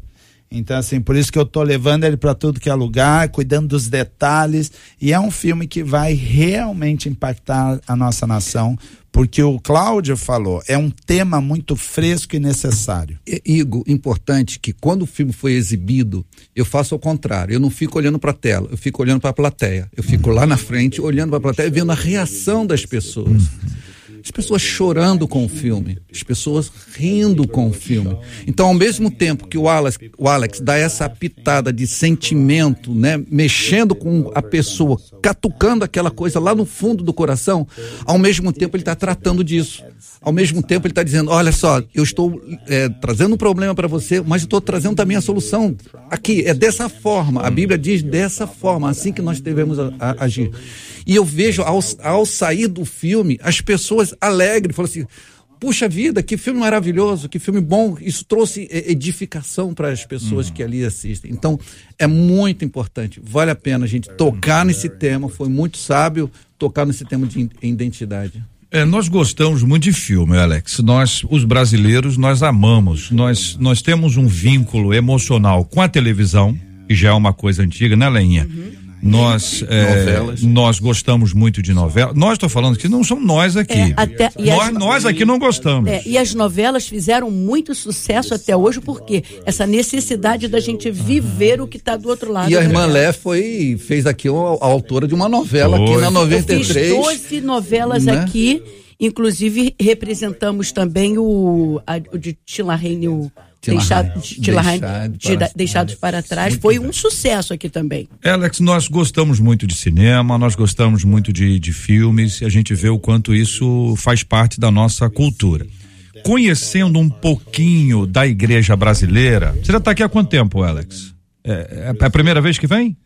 Speaker 5: Então, assim, por isso que eu tô levando ele para tudo que é lugar, cuidando dos detalhes. E é um filme que vai realmente impactar a nossa nação, porque o Cláudio falou, é um tema muito fresco e necessário.
Speaker 7: E- Igor, importante que quando o filme foi exibido, eu faço ao contrário. Eu não fico olhando para a tela, eu fico olhando para a plateia. Eu fico lá na frente, olhando para a plateia, e vendo a reação das pessoas. As pessoas chorando com o filme, as pessoas rindo com o filme. Então, ao mesmo tempo que o Alex, o Alex dá essa pitada de sentimento, né, mexendo com a pessoa, catucando aquela coisa lá no fundo do coração, ao mesmo tempo ele está tratando disso. Ao mesmo tempo ele está dizendo: olha só, eu estou é, trazendo um problema para você, mas estou trazendo também a solução. Aqui, é dessa forma. A Bíblia diz dessa forma, assim que nós devemos a- a- agir. E eu vejo, ao, ao sair do filme, as pessoas alegres, falam assim. Puxa vida, que filme maravilhoso, que filme bom. Isso trouxe é, edificação para as pessoas que ali assistem. Então, é muito importante. Vale a pena a gente tocar nesse tema. Foi muito sábio tocar nesse tema de in- identidade.
Speaker 2: É, nós gostamos muito de filme, Alex. Nós, os brasileiros, nós amamos. Nós, nós temos um vínculo emocional com a televisão, que já é uma coisa antiga, né, Leinha?
Speaker 6: Uhum.
Speaker 2: Nós, é,
Speaker 7: Novelas.
Speaker 2: nós gostamos muito de novela. Nós estou falando que não são nós aqui.
Speaker 6: É, até- e
Speaker 2: nós,
Speaker 6: as-
Speaker 2: nós aqui não gostamos.
Speaker 6: É, e as novelas fizeram muito sucesso até hoje, porque essa necessidade da gente viver o que está do outro lado.
Speaker 7: E a irmã
Speaker 6: né?
Speaker 7: Lé foi, fez aqui a, a autora de uma novela aqui
Speaker 2: Foi.
Speaker 7: na
Speaker 6: Eu fiz
Speaker 7: 93.
Speaker 6: 12 novelas
Speaker 7: né?
Speaker 6: aqui, inclusive representamos também o, a- o de Tilarraine, o
Speaker 7: Tila
Speaker 6: Deixado,
Speaker 7: Raine.
Speaker 6: Tilarraine,
Speaker 7: Deixado
Speaker 6: Tira-
Speaker 7: para-
Speaker 6: Deixados para Trás. Foi um sucesso aqui também.
Speaker 2: Alex, nós gostamos muito de cinema, nós gostamos muito de, de filmes e a gente vê o quanto isso faz parte da nossa cultura. Conhecendo um pouquinho da igreja brasileira, você já está aqui há quanto tempo, Alex? É, é a primeira vez que vem?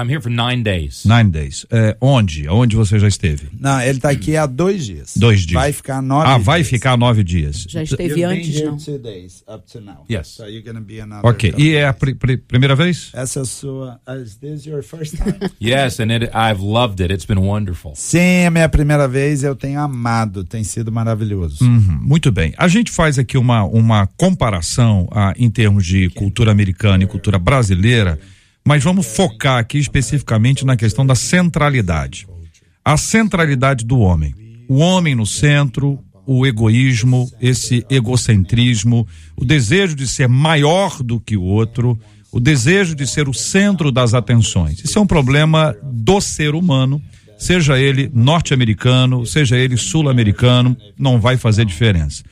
Speaker 8: I'm here for nine days.
Speaker 2: Nine Days. É, onde? Aonde você já esteve?
Speaker 5: Não, ele está aqui há dois dias.
Speaker 2: Dois dias.
Speaker 5: Vai ficar nove
Speaker 2: Ah, vai
Speaker 5: dias.
Speaker 2: ficar nove dias.
Speaker 6: Já esteve antes, não.
Speaker 5: two days up to now.
Speaker 8: Yes.
Speaker 5: So you're gonna be another
Speaker 2: Ok,
Speaker 5: couple.
Speaker 2: e é a pri- pri- primeira vez?
Speaker 5: Essa é a sua. Is this your first time?
Speaker 8: Yes, and it, I've loved it. It's been wonderful.
Speaker 5: Sim, é minha primeira vez. Eu tenho amado. Tem sido maravilhoso.
Speaker 2: Uhum, Muito bem. A gente faz aqui uma, uma comparação ah, em termos de cultura americana e cultura brasileira, mas vamos focar aqui especificamente na questão da centralidade. A centralidade do homem. O homem no centro, o egoísmo, esse egocentrismo, o desejo de ser maior do que o outro, o desejo de ser o centro das atenções. Isso é um problema do ser humano seja ele norte-americano, seja ele sul-americano, não vai fazer diferença.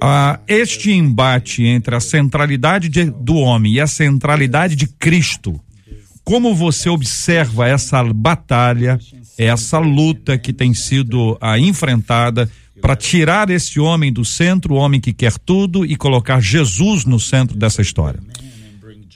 Speaker 2: Ah, este embate entre a centralidade de- do homem e a centralidade de Cristo, como você observa essa batalha, essa luta que tem sido ah, enfrentada para tirar esse homem do centro, o homem que quer tudo, e colocar Jesus no centro dessa história?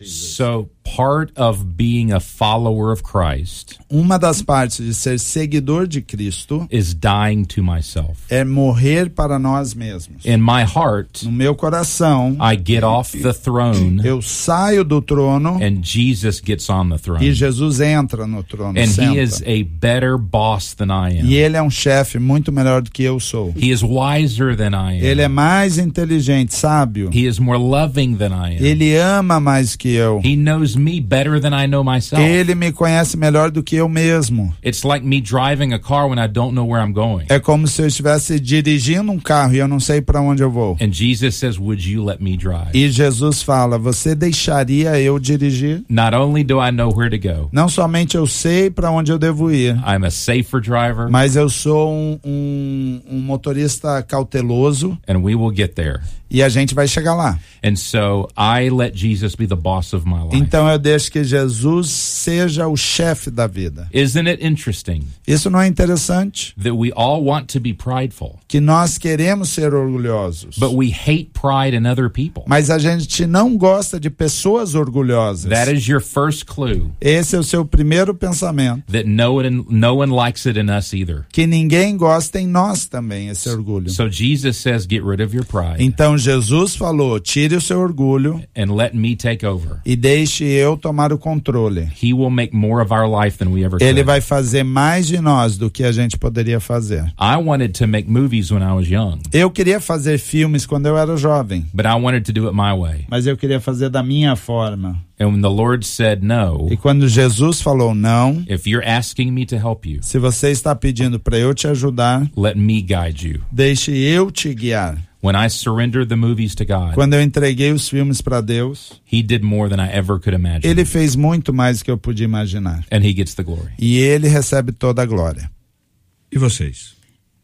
Speaker 8: So part of being a follower of Christ
Speaker 5: Uma das partes de ser seguidor de Cristo
Speaker 8: is dying to myself.
Speaker 5: é morrer para nós mesmos.
Speaker 8: In my heart,
Speaker 5: No meu coração,
Speaker 8: I get off the throne
Speaker 5: eu saio do trono
Speaker 8: and Jesus gets on the throne.
Speaker 5: e Jesus entra no trono.
Speaker 8: And he
Speaker 5: senta.
Speaker 8: is a better boss than I
Speaker 5: E
Speaker 8: am.
Speaker 5: ele é um chefe muito melhor do que eu sou.
Speaker 8: He is wiser than I
Speaker 5: Ele
Speaker 8: am.
Speaker 5: é mais inteligente, sábio.
Speaker 8: He is more loving than I am.
Speaker 5: Ele ama mais que que eu.
Speaker 8: He knows me better than I know myself.
Speaker 5: Ele me conhece melhor do que eu mesmo.
Speaker 8: It's like me driving a car when I don't know where I'm going.
Speaker 5: É como se eu estivesse dirigindo um carro e eu não sei para onde eu vou.
Speaker 8: And Jesus says, Would you let me drive?
Speaker 5: E Jesus fala: Você deixaria eu dirigir?
Speaker 8: Not only do I know where to go,
Speaker 5: Não somente eu sei para onde eu devo ir,
Speaker 8: I'm a safer driver,
Speaker 5: mas eu sou um, um- um motorista cauteloso
Speaker 8: and we will get there.
Speaker 5: e a gente vai chegar lá.
Speaker 8: And so I let Jesus be the boss of my life.
Speaker 5: Então eu deixo que Jesus seja o chefe da vida.
Speaker 8: Isn't it interesting
Speaker 5: Isso não é interessante?
Speaker 8: that we all want to be prideful,
Speaker 5: Que nós queremos ser orgulhosos,
Speaker 8: but we hate pride in other people?
Speaker 5: mas a gente não gosta de pessoas orgulhosas.
Speaker 8: That is your first clue
Speaker 5: Esse é o seu primeiro pensamento.
Speaker 8: that no one, no one likes it in us either.
Speaker 5: Que ninguém gosta em nós também, esse orgulho.
Speaker 8: So Jesus says, Get rid of your pride
Speaker 5: Então Jesus falou: tire o seu orgulho
Speaker 8: and let me take over.
Speaker 5: e deixe eu tomar o controle.
Speaker 8: He will make more of our life than we ever
Speaker 5: Ele
Speaker 8: could.
Speaker 5: vai fazer mais de nós do que a gente poderia fazer.
Speaker 8: I wanted to make movies when I was young,
Speaker 5: Eu queria fazer filmes quando eu era jovem,
Speaker 8: but I wanted to do it my way.
Speaker 5: mas eu queria fazer da minha forma.
Speaker 8: And when the Lord said no,
Speaker 5: E quando Jesus falou não,
Speaker 8: if you're asking me to help you,
Speaker 5: se você está pedindo para eu te ajudar,
Speaker 8: let me guide you.
Speaker 5: deixe eu te guiar.
Speaker 8: When I surrendered the movies to God,
Speaker 5: Quando eu entreguei os filmes para Deus,
Speaker 8: He did more than I ever could imagine.
Speaker 5: ele fez muito mais do que eu podia imaginar.
Speaker 8: and He gets the glory.
Speaker 5: E ele recebe toda a glória.
Speaker 2: E vocês?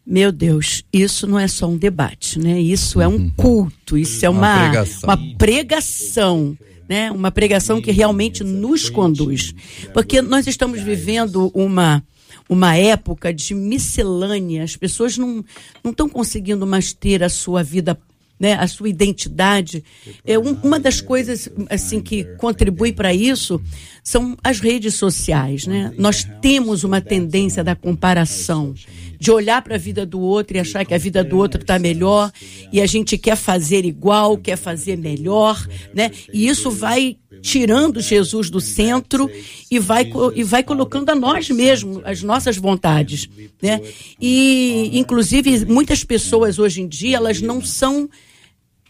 Speaker 6: Meu Deus, isso não é só um debate, né? Isso é um culto, isso é uma,
Speaker 7: Uma
Speaker 6: uma
Speaker 7: pregação.
Speaker 6: pregação, né? Uma pregação que realmente nos conduz. Porque nós estamos vivendo uma uma época de miscelânea, as pessoas não não estão conseguindo mais ter a sua vida né, a sua identidade. É um- uma das coisas assim que contribui para isso são as redes sociais, né? Nós temos uma tendência da comparação, de olhar para a vida do outro e achar que a vida do outro está melhor e a gente quer fazer igual, quer fazer melhor, né? E isso vai tirando Jesus do centro e vai co- e vai colocando a nós mesmos as nossas vontades, né? E inclusive muitas pessoas hoje em dia elas não são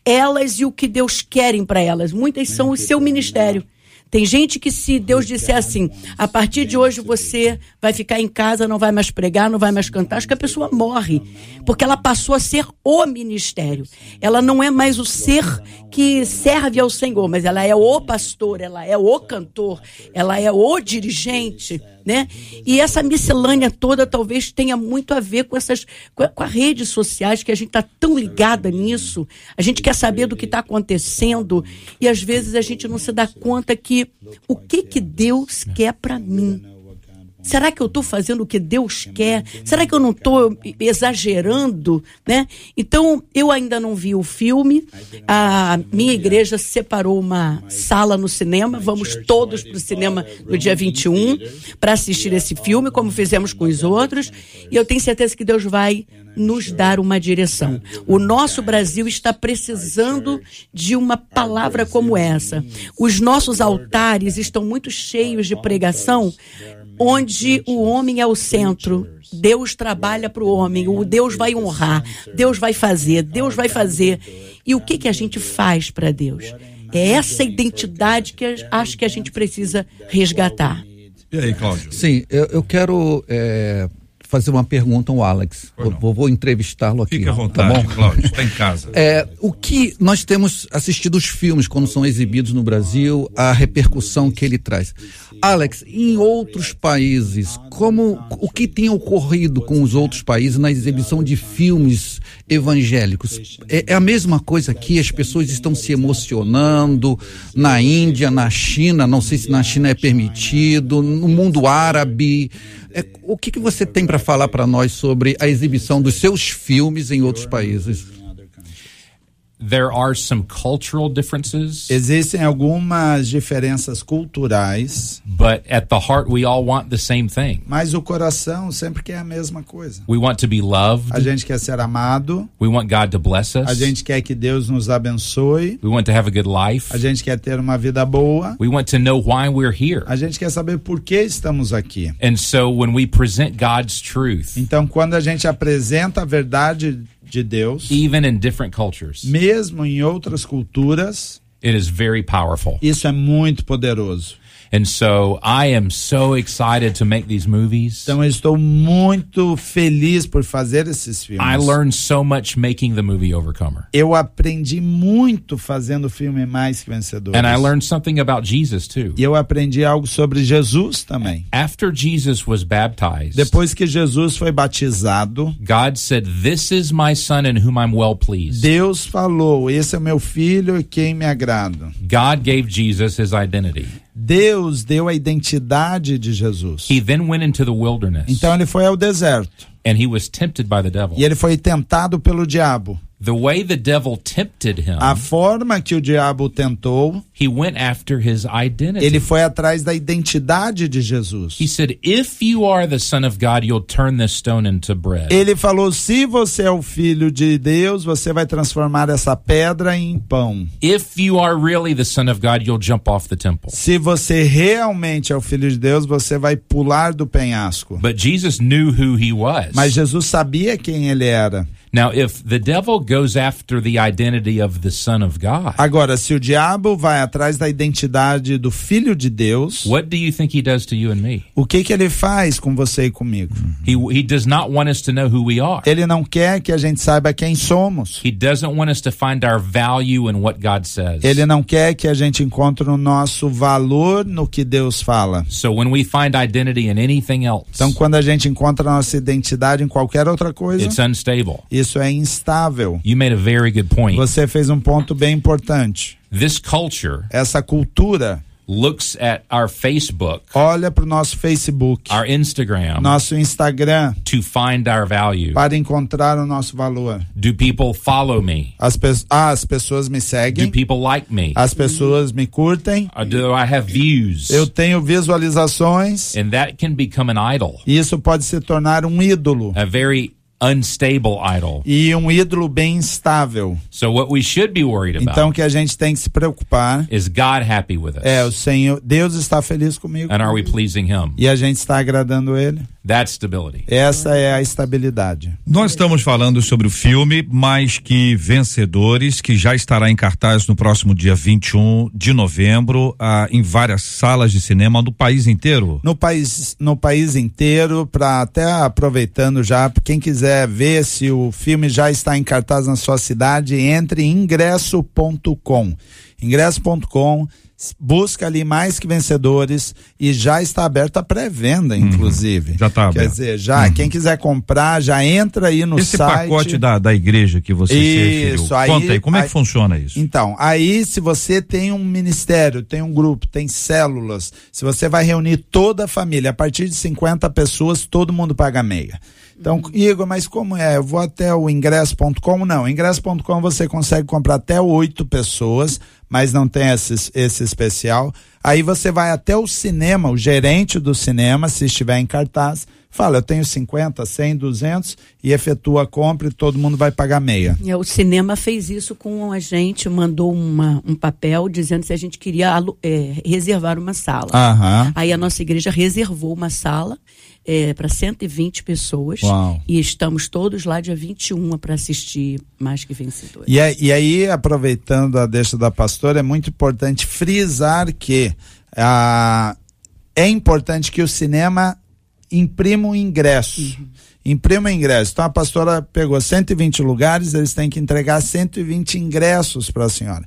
Speaker 6: elas e o que Deus querem para elas. Muitas são o seu ministério. Tem gente que se Deus disser assim, a partir de hoje você vai ficar em casa, não vai mais pregar, não vai mais cantar, acho que a pessoa morre, porque ela passou a ser o ministério. Ela não é mais o ser que serve ao Senhor, mas ela é o pastor, ela é o cantor, ela é o dirigente, né? E essa miscelânea toda talvez tenha muito a ver com essas com a, com a redes sociais que a gente está tão ligada nisso. A gente quer saber do que está acontecendo e às vezes a gente não se dá conta que o que que Deus quer para mim. Será que eu estou fazendo o que Deus quer? Será que eu não estou exagerando? Né? Então, eu ainda não vi o filme. A minha igreja separou uma sala no cinema. Vamos todos para o cinema no dia 21 para assistir esse filme, como fizemos com os outros. E eu tenho certeza que Deus vai nos dar uma direção. O nosso Brasil está precisando de uma palavra como essa. Os nossos altares estão muito cheios de pregação onde o homem é o centro. Deus trabalha para o homem, o Deus vai honrar, Deus vai fazer, Deus vai fazer. E o que, que a gente faz para Deus? É essa identidade que eu acho que a gente precisa resgatar.
Speaker 2: E aí, Cláudio?
Speaker 7: Sim, eu, eu quero é, fazer uma pergunta ao Alex. Eu vou, vou entrevistá-lo aqui.
Speaker 2: Fique à
Speaker 7: Tá
Speaker 2: vontade,
Speaker 7: bom?
Speaker 2: Cláudio. Está em casa.
Speaker 7: É, o que nós temos assistido os filmes quando são exibidos no Brasil, a repercussão que ele traz. Alex, em outros países, como o que tem ocorrido com os outros países na exibição de filmes evangélicos? É, é a mesma coisa aqui, as pessoas estão se emocionando na Índia, na China, não sei se na China é permitido, no mundo árabe. É, o que, que você tem para falar para nós sobre a exibição dos seus filmes em outros países?
Speaker 8: There are some cultural differences,
Speaker 5: Existem algumas diferenças culturais,
Speaker 8: but at the heart, we all want the same thing.
Speaker 5: mas o coração sempre quer a mesma coisa.
Speaker 8: We want to be loved.
Speaker 5: A gente quer ser amado,
Speaker 8: We want God to bless
Speaker 5: a
Speaker 8: us.
Speaker 5: gente quer que Deus nos abençoe,
Speaker 8: We want to have a good life.
Speaker 5: a gente quer ter uma vida boa,
Speaker 8: We want to know why we're here.
Speaker 5: a gente quer saber por que estamos aqui.
Speaker 8: And so when we present God's truth,
Speaker 5: Então, quando a gente apresenta a verdade de Deus,
Speaker 8: even in different cultures,
Speaker 5: mesmo em outras culturas,
Speaker 8: It is very powerful.
Speaker 5: Isso é muito poderoso.
Speaker 8: And so I am so excited to make these movies.
Speaker 5: Então eu estou muito feliz por fazer esses filmes.
Speaker 8: I learned so much making the movie Overcomer.
Speaker 5: Eu aprendi muito fazendo o filme Mais que Vencedores.
Speaker 8: And I learned something about Jesus too.
Speaker 5: E eu aprendi algo sobre Jesus também.
Speaker 8: After Jesus was baptized,
Speaker 5: Depois que Jesus foi batizado,
Speaker 8: God said, This is my son in whom I'm well pleased.
Speaker 5: Deus falou: "Esse é meu filho e quem me agrada".
Speaker 8: God gave Jesus his identity.
Speaker 5: Deus deu a identidade de Jesus.
Speaker 8: He then went into the wilderness
Speaker 5: Então ele foi ao deserto
Speaker 8: and he was tempted by the devil.
Speaker 5: e ele foi tentado pelo diabo.
Speaker 8: The way the devil tempted him,
Speaker 5: A forma que o diabo o tentou,
Speaker 8: he went after his identity.
Speaker 5: ele foi atrás da identidade de
Speaker 8: He
Speaker 5: Jesus.
Speaker 8: said, If you are the Son of God, you'll turn this stone into bread.
Speaker 5: Ele falou: "Se você é o filho de Deus, você vai transformar essa pedra em pão.
Speaker 8: if you are really the Son of God, you'll jump off the temple.
Speaker 5: Se você realmente é o filho de Deus, você vai pular do penhasco."
Speaker 8: But Jesus knew who he was.
Speaker 5: Mas Jesus sabia quem ele era.
Speaker 8: Now, if the devil goes after the identity of the Son of God,
Speaker 5: Agora, se o diabo vai atrás da identidade do filho de Deus,
Speaker 8: what do you think he does to you and me?
Speaker 5: o que que ele faz com você e comigo?
Speaker 8: He, he does not want us to know who we are.
Speaker 5: Ele não quer que a gente saiba quem somos.
Speaker 8: He doesn't want us to find our value in what God says.
Speaker 5: Ele não quer que a gente encontre o nosso valor no que Deus fala.
Speaker 8: So when we find identity in anything else,
Speaker 5: Então, quando a gente encontra a nossa identidade em qualquer outra coisa,
Speaker 8: it's unstable.
Speaker 5: isso é instável.
Speaker 8: You made a very good point.
Speaker 5: Você fez um ponto bem importante.
Speaker 8: This culture
Speaker 5: Essa cultura
Speaker 8: looks at our Facebook,
Speaker 5: olha para o nosso Facebook,
Speaker 8: our Instagram,
Speaker 5: nosso Instagram,
Speaker 8: to find our value.
Speaker 5: para encontrar o nosso valor.
Speaker 8: Do people follow me?
Speaker 5: As, pe- ah, as pessoas me
Speaker 8: Do
Speaker 5: seguem,
Speaker 8: people like me?
Speaker 5: as pessoas me curtem,
Speaker 8: Or do I have views?
Speaker 5: eu tenho visualizações.
Speaker 8: And that can become an idol,
Speaker 5: E isso pode se tornar um ídolo
Speaker 8: a very unstable idol.
Speaker 5: e um ídolo bem instável.
Speaker 8: So what we should be worried about
Speaker 5: Então, o que a gente tem que se preocupar
Speaker 8: is God happy with us?
Speaker 5: é o Senhor, Deus está feliz comigo
Speaker 8: And are we pleasing him?
Speaker 5: e a gente está agradando Ele.
Speaker 8: That's stability.
Speaker 5: Essa é a estabilidade.
Speaker 2: Nós estamos falando sobre o filme Mais que Vencedores, que já estará em cartaz no próximo dia 21 de novembro, ah, em várias salas de cinema do país inteiro.
Speaker 5: No país, no país inteiro, para até aproveitando já, pra quem quiser ver se o filme já está em cartaz na sua cidade, entre em ingresso.com. Ingresso.com, s- busca ali mais que vencedores e já está aberta a pré-venda, inclusive.
Speaker 2: Uhum. já tá
Speaker 5: Quer
Speaker 2: aberto.
Speaker 5: dizer, já, quem quiser comprar, já entra aí no
Speaker 2: Esse
Speaker 5: site.
Speaker 2: pacote da, da igreja que você se
Speaker 5: Isso,
Speaker 2: referiu.
Speaker 5: aí-
Speaker 2: Conta aí, como é
Speaker 5: aí-
Speaker 2: que funciona isso?
Speaker 5: Então, aí se você tem um ministério, tem um grupo, tem células, se você vai reunir toda a família, a partir de 50 pessoas, todo mundo paga meia. Então, Igor, mas como é? Eu vou até o ingresso.com? Não, ingresso.com você consegue comprar até oito pessoas, mas não tem esse, esse especial. Aí você vai até o cinema, o gerente do cinema, se estiver em cartaz, fala, eu tenho 50, 100, 200 e efetua a compra e todo mundo vai pagar meia.
Speaker 6: É, O cinema fez isso com a gente, mandou uma- um papel dizendo se a gente queria alu- é, reservar uma sala.
Speaker 5: Aham.
Speaker 6: Aí a nossa igreja reservou uma sala é, para 120 pessoas.
Speaker 5: Uau.
Speaker 6: E estamos todos lá dia 21 para assistir Mais Que Vencedores.
Speaker 5: E, é- e aí, aproveitando a deixa da pastora, é muito importante frisar que ah, é importante que o cinema imprima o ingresso. Imprima o ingresso. Então a pastora pegou 120 lugares, eles têm que entregar 120 ingressos para a senhora.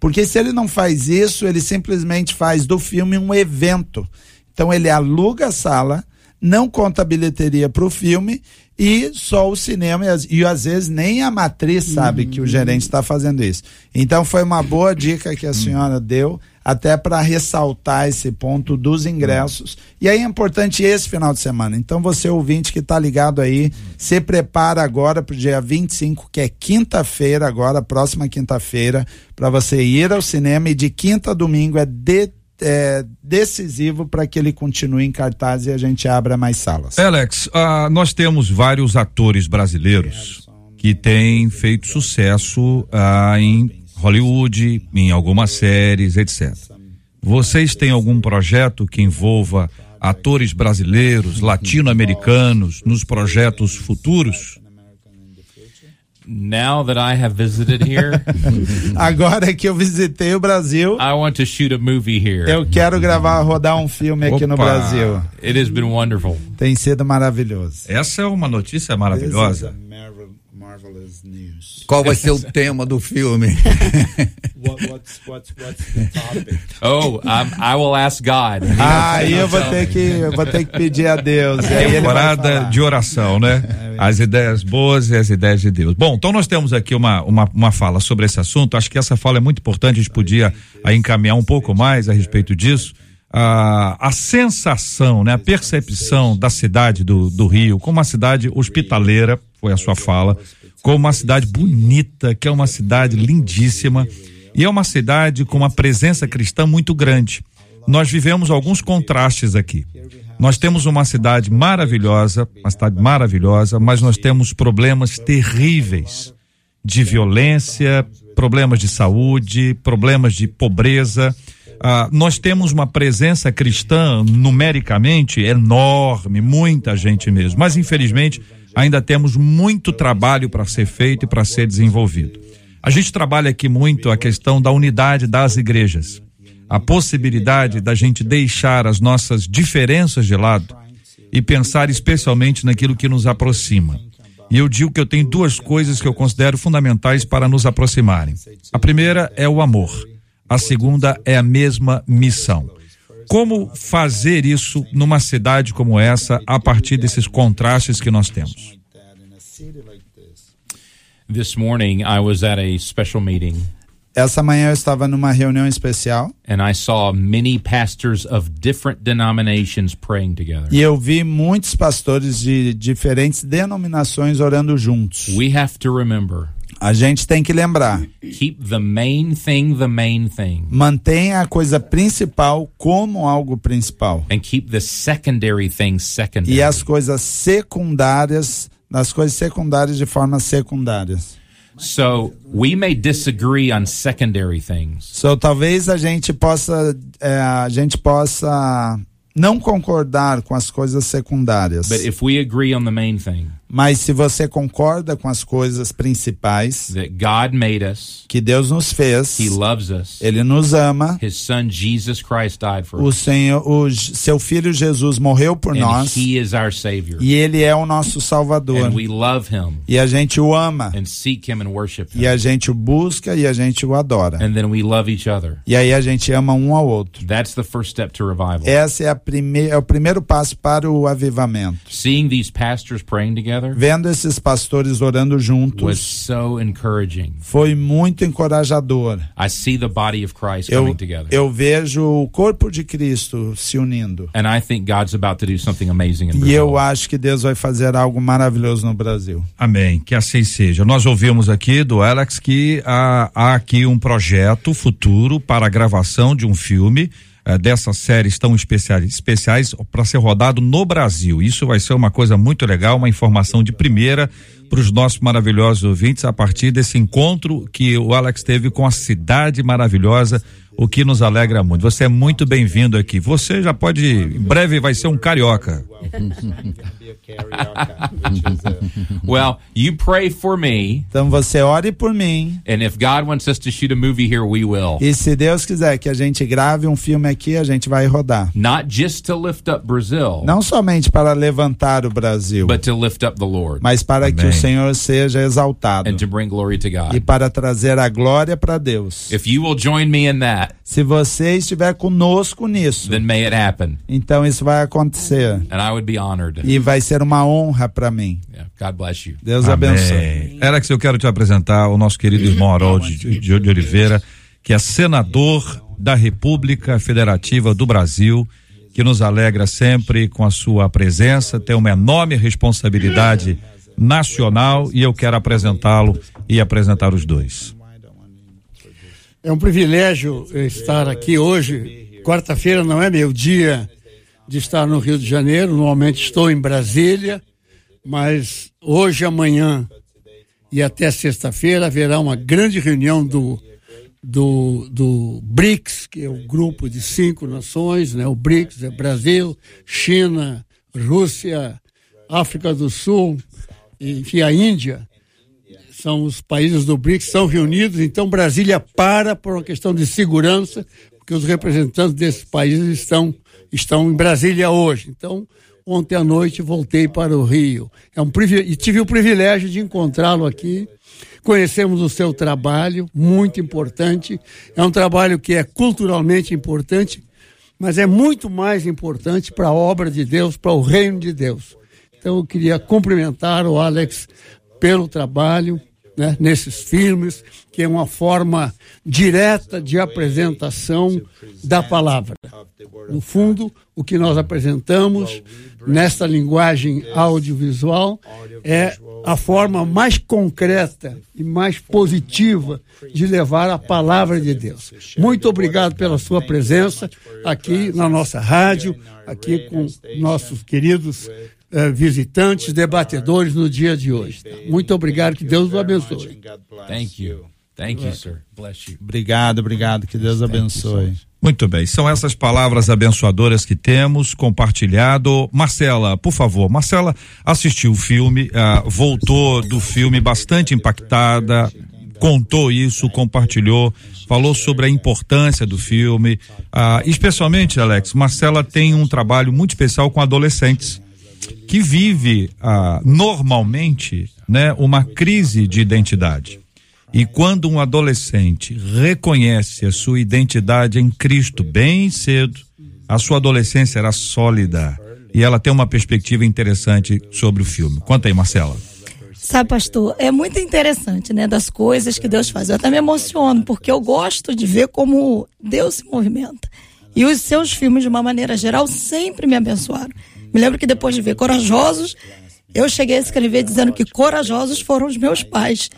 Speaker 5: Porque se ele não faz isso, ele simplesmente faz do filme um evento. Então ele aluga a sala, não conta a bilheteria para o filme e só o cinema e, as- e às vezes nem a matriz sabe que o gerente está fazendo isso. Então foi uma boa dica que a senhora deu até para ressaltar esse ponto dos ingressos. E aí é importante esse final de semana. Então você ouvinte que está ligado aí, se prepara agora para o dia 25, que é quinta-feira agora, próxima quinta-feira, para você ir ao cinema e de quinta a domingo é de- é decisivo para que ele continue em cartaz e a gente abra mais salas.
Speaker 2: Alex, ah, nós temos vários atores brasileiros que têm feito sucesso ah, em Hollywood, em algumas séries, etc. Vocês têm algum projeto que envolva atores brasileiros, latino-americanos nos projetos futuros?
Speaker 8: now that I have visited here,
Speaker 5: Agora que eu visitei o Brasil,
Speaker 2: Ah,
Speaker 8: I want to shoot a movie here.
Speaker 5: eu quero gravar, rodar um filme aqui no
Speaker 2: é. Opa.
Speaker 5: Brasil.
Speaker 8: It has been wonderful.
Speaker 5: Tem sido maravilhoso.
Speaker 2: Essa é uma notícia maravilhosa.
Speaker 5: Marvelous news.
Speaker 7: Qual vai ser o tema do filme?
Speaker 8: Oh, um, I will ask God.
Speaker 5: Aí eu vou ter que, eu vou ter que pedir a Deus. é, E aí ele vai
Speaker 2: Temporada
Speaker 5: falar. É
Speaker 2: de oração, né? As ideias boas e as ideias de Deus. Bom, então nós temos aqui uma, uma, uma fala sobre esse assunto. Acho que essa fala é muito importante. A gente podia aí, encaminhar um pouco mais a respeito disso. Ah, a sensação, né? a percepção da cidade do, do Rio, como uma cidade hospitaleira, foi a sua fala, como uma cidade bonita, que é uma cidade lindíssima, e é uma cidade com uma presença cristã muito grande. Nós vivemos alguns contrastes aqui. Nós temos uma cidade maravilhosa, uma cidade maravilhosa, mas nós temos problemas terríveis de violência, problemas de saúde, problemas de pobreza. Ah, nós temos uma presença cristã numericamente enorme, muita gente mesmo, mas infelizmente ainda temos muito trabalho para ser feito e para ser desenvolvido. A gente trabalha aqui muito a questão da unidade das igrejas, a possibilidade da gente deixar as nossas diferenças de lado e pensar especialmente naquilo que nos aproxima. E eu digo que eu tenho duas coisas que eu considero fundamentais para nos aproximarem. A primeira é o amor. A segunda é a mesma missão. Como fazer isso numa cidade como essa a partir desses contrastes que nós temos?
Speaker 8: This morning, I was at a special meeting
Speaker 5: Essa manhã eu estava numa reunião especial
Speaker 8: and I saw many pastors of different denominations praying together.
Speaker 5: e eu vi muitos pastores de diferentes denominações orando juntos.
Speaker 8: We have to remember
Speaker 5: A gente tem que lembrar,
Speaker 8: keep the main thing the main thing
Speaker 5: mantenha a coisa principal como algo principal
Speaker 8: and keep the secondary thing secondary.
Speaker 5: e as coisas secundárias, nas coisas secundárias de forma secundárias.
Speaker 8: So we may disagree on secondary things,
Speaker 5: So, talvez a gente possa é, a gente possa não concordar com as coisas secundárias,
Speaker 8: but if we agree on the main thing
Speaker 5: mas se você concorda com as coisas principais
Speaker 8: that God made us,
Speaker 5: que Deus nos fez,
Speaker 8: He loves us,
Speaker 5: Ele nos ama,
Speaker 8: His Son Jesus Christ died for
Speaker 5: o
Speaker 8: us,
Speaker 5: Senhor, o J- Seu Filho Jesus morreu por
Speaker 8: and
Speaker 5: nós
Speaker 8: He is our Savior,
Speaker 5: e Ele é o nosso Salvador
Speaker 8: and we love Him
Speaker 5: e a gente o ama
Speaker 8: and seek Him and worship Him,
Speaker 5: e a gente o busca e a gente o adora
Speaker 8: and then we love each other.
Speaker 5: e aí a gente ama um ao outro.
Speaker 8: That's the first step to revival.
Speaker 5: Essa é a primeira, é o primeiro passo para o avivamento.
Speaker 8: Seeing these pastors praying together
Speaker 5: vendo esses pastores orando
Speaker 8: was
Speaker 5: juntos
Speaker 8: so encouraging.
Speaker 5: foi muito encorajador.
Speaker 8: I see the body of Christ
Speaker 5: Eu,
Speaker 8: coming together.
Speaker 5: eu vejo o corpo de Cristo se unindo.
Speaker 8: and I think God's about to do something amazing in
Speaker 5: E
Speaker 8: Brazil.
Speaker 5: eu acho que Deus vai fazer algo maravilhoso no Brasil.
Speaker 2: Amém, que assim seja. Nós ouvimos aqui do Alex que há, há aqui um projeto futuro para a gravação de um filme eh, dessas séries tão especiais, especiais para ser rodado no Brasil. Isso vai ser uma coisa muito legal, uma informação de primeira para os nossos maravilhosos ouvintes a partir desse encontro que o Alex teve com a cidade maravilhosa, o que nos alegra muito. Você é muito bem-vindo aqui. Você já pode, em breve vai ser um carioca.
Speaker 8: Well, you pray for me,
Speaker 5: Então você ore por mim.
Speaker 8: and if God wants us to shoot a movie here, we will.
Speaker 5: E se Deus quiser que a gente grave um filme aqui, a gente vai rodar.
Speaker 8: Not just to lift up Brazil,
Speaker 5: Não somente para levantar o Brasil,
Speaker 8: but to lift up the Lord
Speaker 5: mas para que
Speaker 2: Amém. É
Speaker 5: o Senhor seja exaltado
Speaker 8: and to bring glory to
Speaker 5: e
Speaker 8: God.
Speaker 5: para trazer a glória para Deus.
Speaker 8: If you will join me in that,
Speaker 5: Se você estiver conosco nisso,
Speaker 8: then may it happen,
Speaker 5: então isso vai acontecer.
Speaker 8: and I would be honored.
Speaker 5: e vai ser uma honra para mim.
Speaker 8: Yeah, God bless you.
Speaker 5: Deus
Speaker 2: Amém.
Speaker 5: abençoe.
Speaker 2: Alex, eu quero te apresentar o nosso querido irmão Harold de, de- de Oliveira, que é senador da República Federativa do Brasil, que nos alegra sempre com a sua presença, tem uma enorme responsabilidade nacional e eu quero apresentá-lo e apresentar os dois.
Speaker 9: É um privilégio eh, estar aqui hoje. Quarta-feira não é meu dia de estar no Rio de Janeiro. Normalmente estou em Brasília, mas hoje, amanhã e até sexta-feira haverá uma grande reunião do, do, do BRICS, que é o grupo de cinco nações, né? O BRICS é Brasil, China, Rússia, África do Sul, enfim, a Índia são os países do BRICS, são reunidos, então Brasília para por uma questão de segurança, porque os representantes desses países estão, estão em Brasília hoje. Então, ontem à noite voltei para o Rio. É um privil... E tive o privilégio de encontrá-lo aqui. Conhecemos o seu trabalho, muito importante. É um trabalho que é culturalmente importante, mas é muito mais importante para a obra de Deus, para o reino de Deus. Então eu queria cumprimentar o Alex pelo trabalho né, nesses filmes, que é uma forma direta de apresentação da palavra. No fundo, o que nós apresentamos nesta linguagem audiovisual é a forma mais concreta e mais positiva de levar a palavra de Deus. Muito obrigado pela sua presença aqui na nossa rádio, aqui com nossos queridos eh, visitantes, debatedores no dia de hoje. tá? Muito obrigado, que Deus o abençoe.
Speaker 8: Thank you. Thank you, sir. Bless you.
Speaker 5: Obrigado, obrigado. Que Deus abençoe.
Speaker 2: Muito bem, são essas palavras abençoadoras que temos compartilhado. Marcela, por favor, Marcela assistiu o filme, ah, voltou do filme bastante impactada, contou isso, compartilhou, falou sobre a importância do filme. Ah, especialmente, Alex, Marcela tem um trabalho muito especial com adolescentes que vive ah, normalmente né, uma crise de identidade. E quando um adolescente reconhece a sua identidade em Cristo bem cedo, a sua adolescência era sólida. E ela tem uma perspectiva interessante sobre o filme. Conta aí, Marcela.
Speaker 4: Sabe, pastor, é muito interessante, né, das coisas que Deus faz. Eu até me emociono, porque eu gosto de ver como Deus se movimenta. E os seus filmes, de uma maneira geral, sempre me abençoaram. Me lembro que depois de ver Corajosos, eu cheguei a escrever dizendo que corajosos foram os meus pais,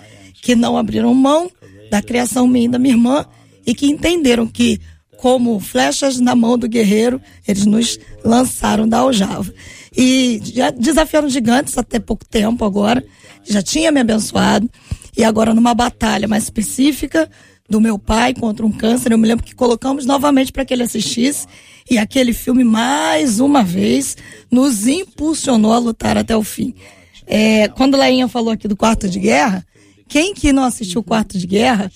Speaker 4: que não abriram mão da criação minha e da minha irmã e que entenderam que, como flechas na mão do guerreiro, eles nos lançaram da aljava. E já desafiaram gigantes até pouco tempo agora, já tinha me abençoado. E agora, numa batalha mais específica do meu pai contra um câncer, eu me lembro que colocamos novamente para que ele assistisse. E aquele filme, mais uma vez, nos impulsionou a lutar até o fim. É, quando Leinha falou aqui do quarto de guerra, quem que não assistiu o quarto de guerra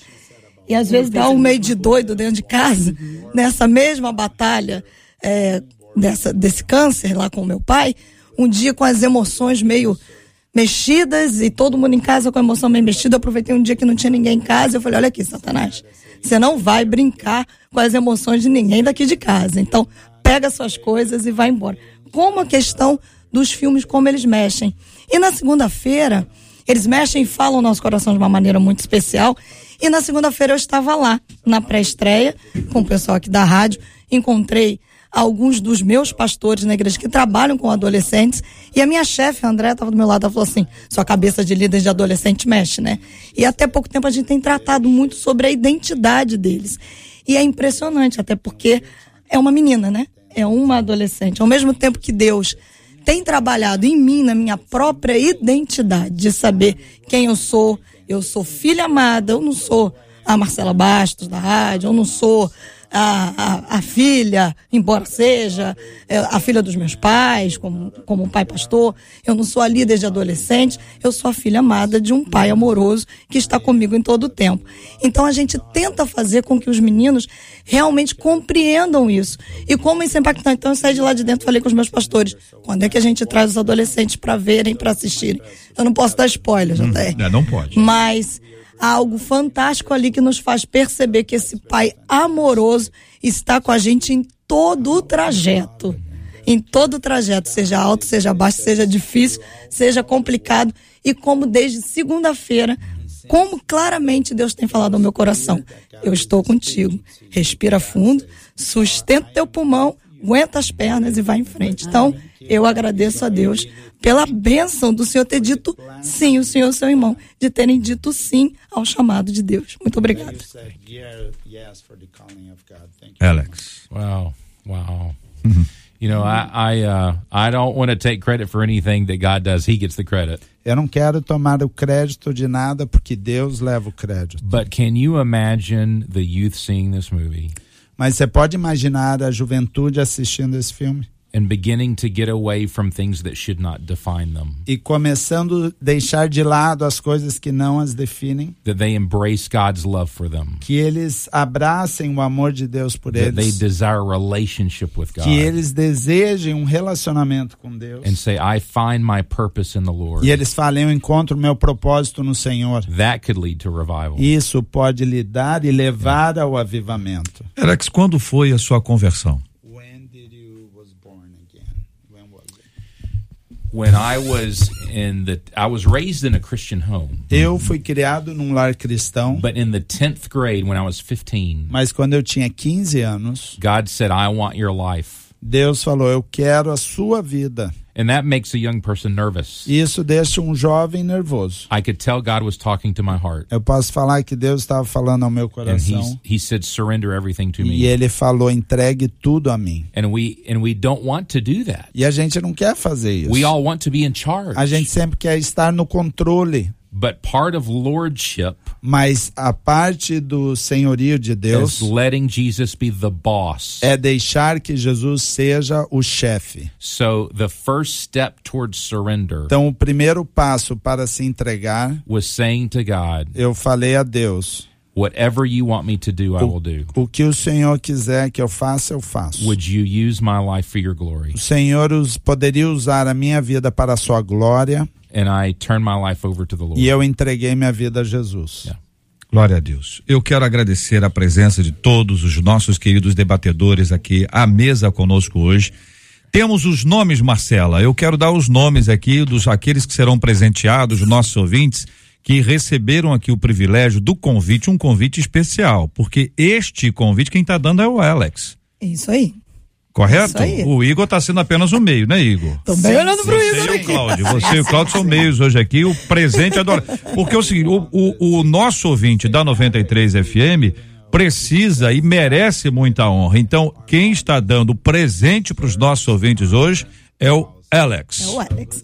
Speaker 4: e às vezes dá um meio de doido dentro de casa nessa mesma batalha é, dessa, desse câncer lá com meu pai um dia com as emoções meio mexidas e todo mundo em casa com a emoção meio mexida eu aproveitei um dia que não tinha ninguém em casa eu falei olha aqui satanás você não vai brincar com as emoções de ninguém daqui de casa então pega suas coisas e vai embora como a questão dos filmes como eles mexem e na segunda-feira eles mexem e falam o nosso coração de uma maneira muito especial. E na segunda-feira eu estava lá, na pré-estreia, com o pessoal aqui da rádio. Encontrei alguns dos meus pastores na igreja que trabalham com adolescentes. E a minha chefe, a Andréa, estava do meu lado. Ela falou assim: sua cabeça de líder de adolescente mexe, né? E até pouco tempo a gente tem tratado muito sobre a identidade deles. E é impressionante, até porque é uma menina, né? É uma adolescente. Ao mesmo tempo que Deus tem trabalhado em mim, na minha própria identidade, de saber quem eu sou. Eu sou filha amada, eu não sou a Marcela Bastos da rádio, eu não sou a, a, a filha, embora seja é, a filha dos meus pais, como, como um pai pastor, eu não sou a líder de adolescente, eu sou a filha amada de um pai amoroso que está comigo em todo o tempo. Então a gente tenta fazer com que os meninos realmente compreendam isso. E como isso é impactante. Então eu saí de lá de dentro falei com os meus pastores: quando é que a gente traz os adolescentes para verem, para assistirem? Eu não posso dar spoiler, já tem.
Speaker 2: É, não pode.
Speaker 4: Mas há algo fantástico ali que nos faz perceber que esse pai amoroso está com a gente em todo o trajeto. Em todo o trajeto, seja alto, seja baixo, seja difícil, seja complicado. E como desde segunda-feira, como claramente Deus tem falado ao meu coração: Eu estou contigo. Respira fundo, sustenta teu pulmão, aguenta as pernas e vai em frente. Então, eu agradeço a Deus pela bênção do Senhor ter dito sim, o Senhor e o seu irmão, de terem dito sim ao chamado de Deus. Muito obrigada.
Speaker 2: Alex.
Speaker 8: Wow. Wow. You know, I I, uh, I don't want to take credit for anything that God does. He gets the credit.
Speaker 5: Eu não quero tomar o crédito de nada porque Deus leva o crédito.
Speaker 8: But can you imagine the youth seeing this movie
Speaker 5: Mas você pode imaginar a juventude assistindo esse filme?
Speaker 8: and beginning to get away from things that should not define them.
Speaker 5: E começando a deixar de lado as coisas que não as definem,
Speaker 8: That they embrace God's love for them.
Speaker 5: que eles abracem o amor de Deus por
Speaker 8: That they
Speaker 5: eles,
Speaker 8: desire a relationship with God.
Speaker 5: que eles desejem um relacionamento com Deus.
Speaker 8: and say, I find my purpose in the Lord.
Speaker 5: E eles falem, eu encontro o meu propósito no Senhor.
Speaker 8: That could lead to revival.
Speaker 5: Isso pode lidar e levar ao avivamento.
Speaker 2: Erax, quando foi a sua conversão?
Speaker 8: When I was in the, I was raised in a Christian home,
Speaker 5: Eu fui criado num lar cristão,
Speaker 8: but in the 10th grade when I was 15,
Speaker 5: mas quando eu tinha 15 anos,
Speaker 8: God said, I want your life.
Speaker 5: Deus falou: Eu quero a sua vida.
Speaker 8: And that makes a young person nervous.
Speaker 5: Isso deixa um jovem nervoso.
Speaker 8: I could tell God was talking to my heart.
Speaker 5: Eu posso falar que Deus estava falando ao meu
Speaker 8: And he's,
Speaker 5: coração
Speaker 8: he said, surrender everything to
Speaker 5: e
Speaker 8: me.
Speaker 5: ele falou: entregue tudo a mim.
Speaker 8: And we, and we don't want to do that.
Speaker 5: E a gente não quer fazer
Speaker 8: We
Speaker 5: isso.
Speaker 8: all want to be in charge.
Speaker 5: A gente sempre quer estar no controle,
Speaker 8: But part of lordship
Speaker 5: mas a parte do senhorio de Deus
Speaker 8: is letting Jesus be the boss.
Speaker 5: é deixar que Jesus seja o chefe.
Speaker 8: So the first step towards surrender
Speaker 5: Então, o primeiro passo para se entregar,
Speaker 8: was saying to God,
Speaker 5: eu falei a Deus:
Speaker 8: whatever you want me to do, I will do.
Speaker 5: o que o Senhor quiser que eu faça, eu faço.
Speaker 8: Would you use my life for your glory?
Speaker 5: O Senhor us- poderia usar a minha vida para a sua glória
Speaker 8: And I turn my life over to the Lord.
Speaker 5: e eu entreguei minha vida a Jesus.
Speaker 8: Yeah.
Speaker 2: Glória a Deus. Eu quero agradecer a presença de todos os nossos queridos debatedores aqui à mesa conosco hoje. Temos os nomes, Marcela. Eu quero dar os nomes aqui dos aqueles que serão presenteados, os nossos ouvintes que receberam aqui o privilégio do convite, um convite especial, porque este convite quem está dando é o Alex.
Speaker 4: Isso aí.
Speaker 2: Correto?
Speaker 4: Isso aí.
Speaker 2: O Igor está sendo apenas o meio, né, Igor?
Speaker 4: Tô bem olhando pro
Speaker 2: Você
Speaker 4: Igor
Speaker 2: e o
Speaker 4: aqui.
Speaker 2: Cláudio, você e o Cláudio são meios hoje aqui, o presente adora. Porque é o seguinte, o, o- o nosso ouvinte da 93 FM precisa e merece muita honra. Então, quem está dando presente para os nossos ouvintes hoje é o
Speaker 4: É
Speaker 2: Alex.
Speaker 4: o Alex.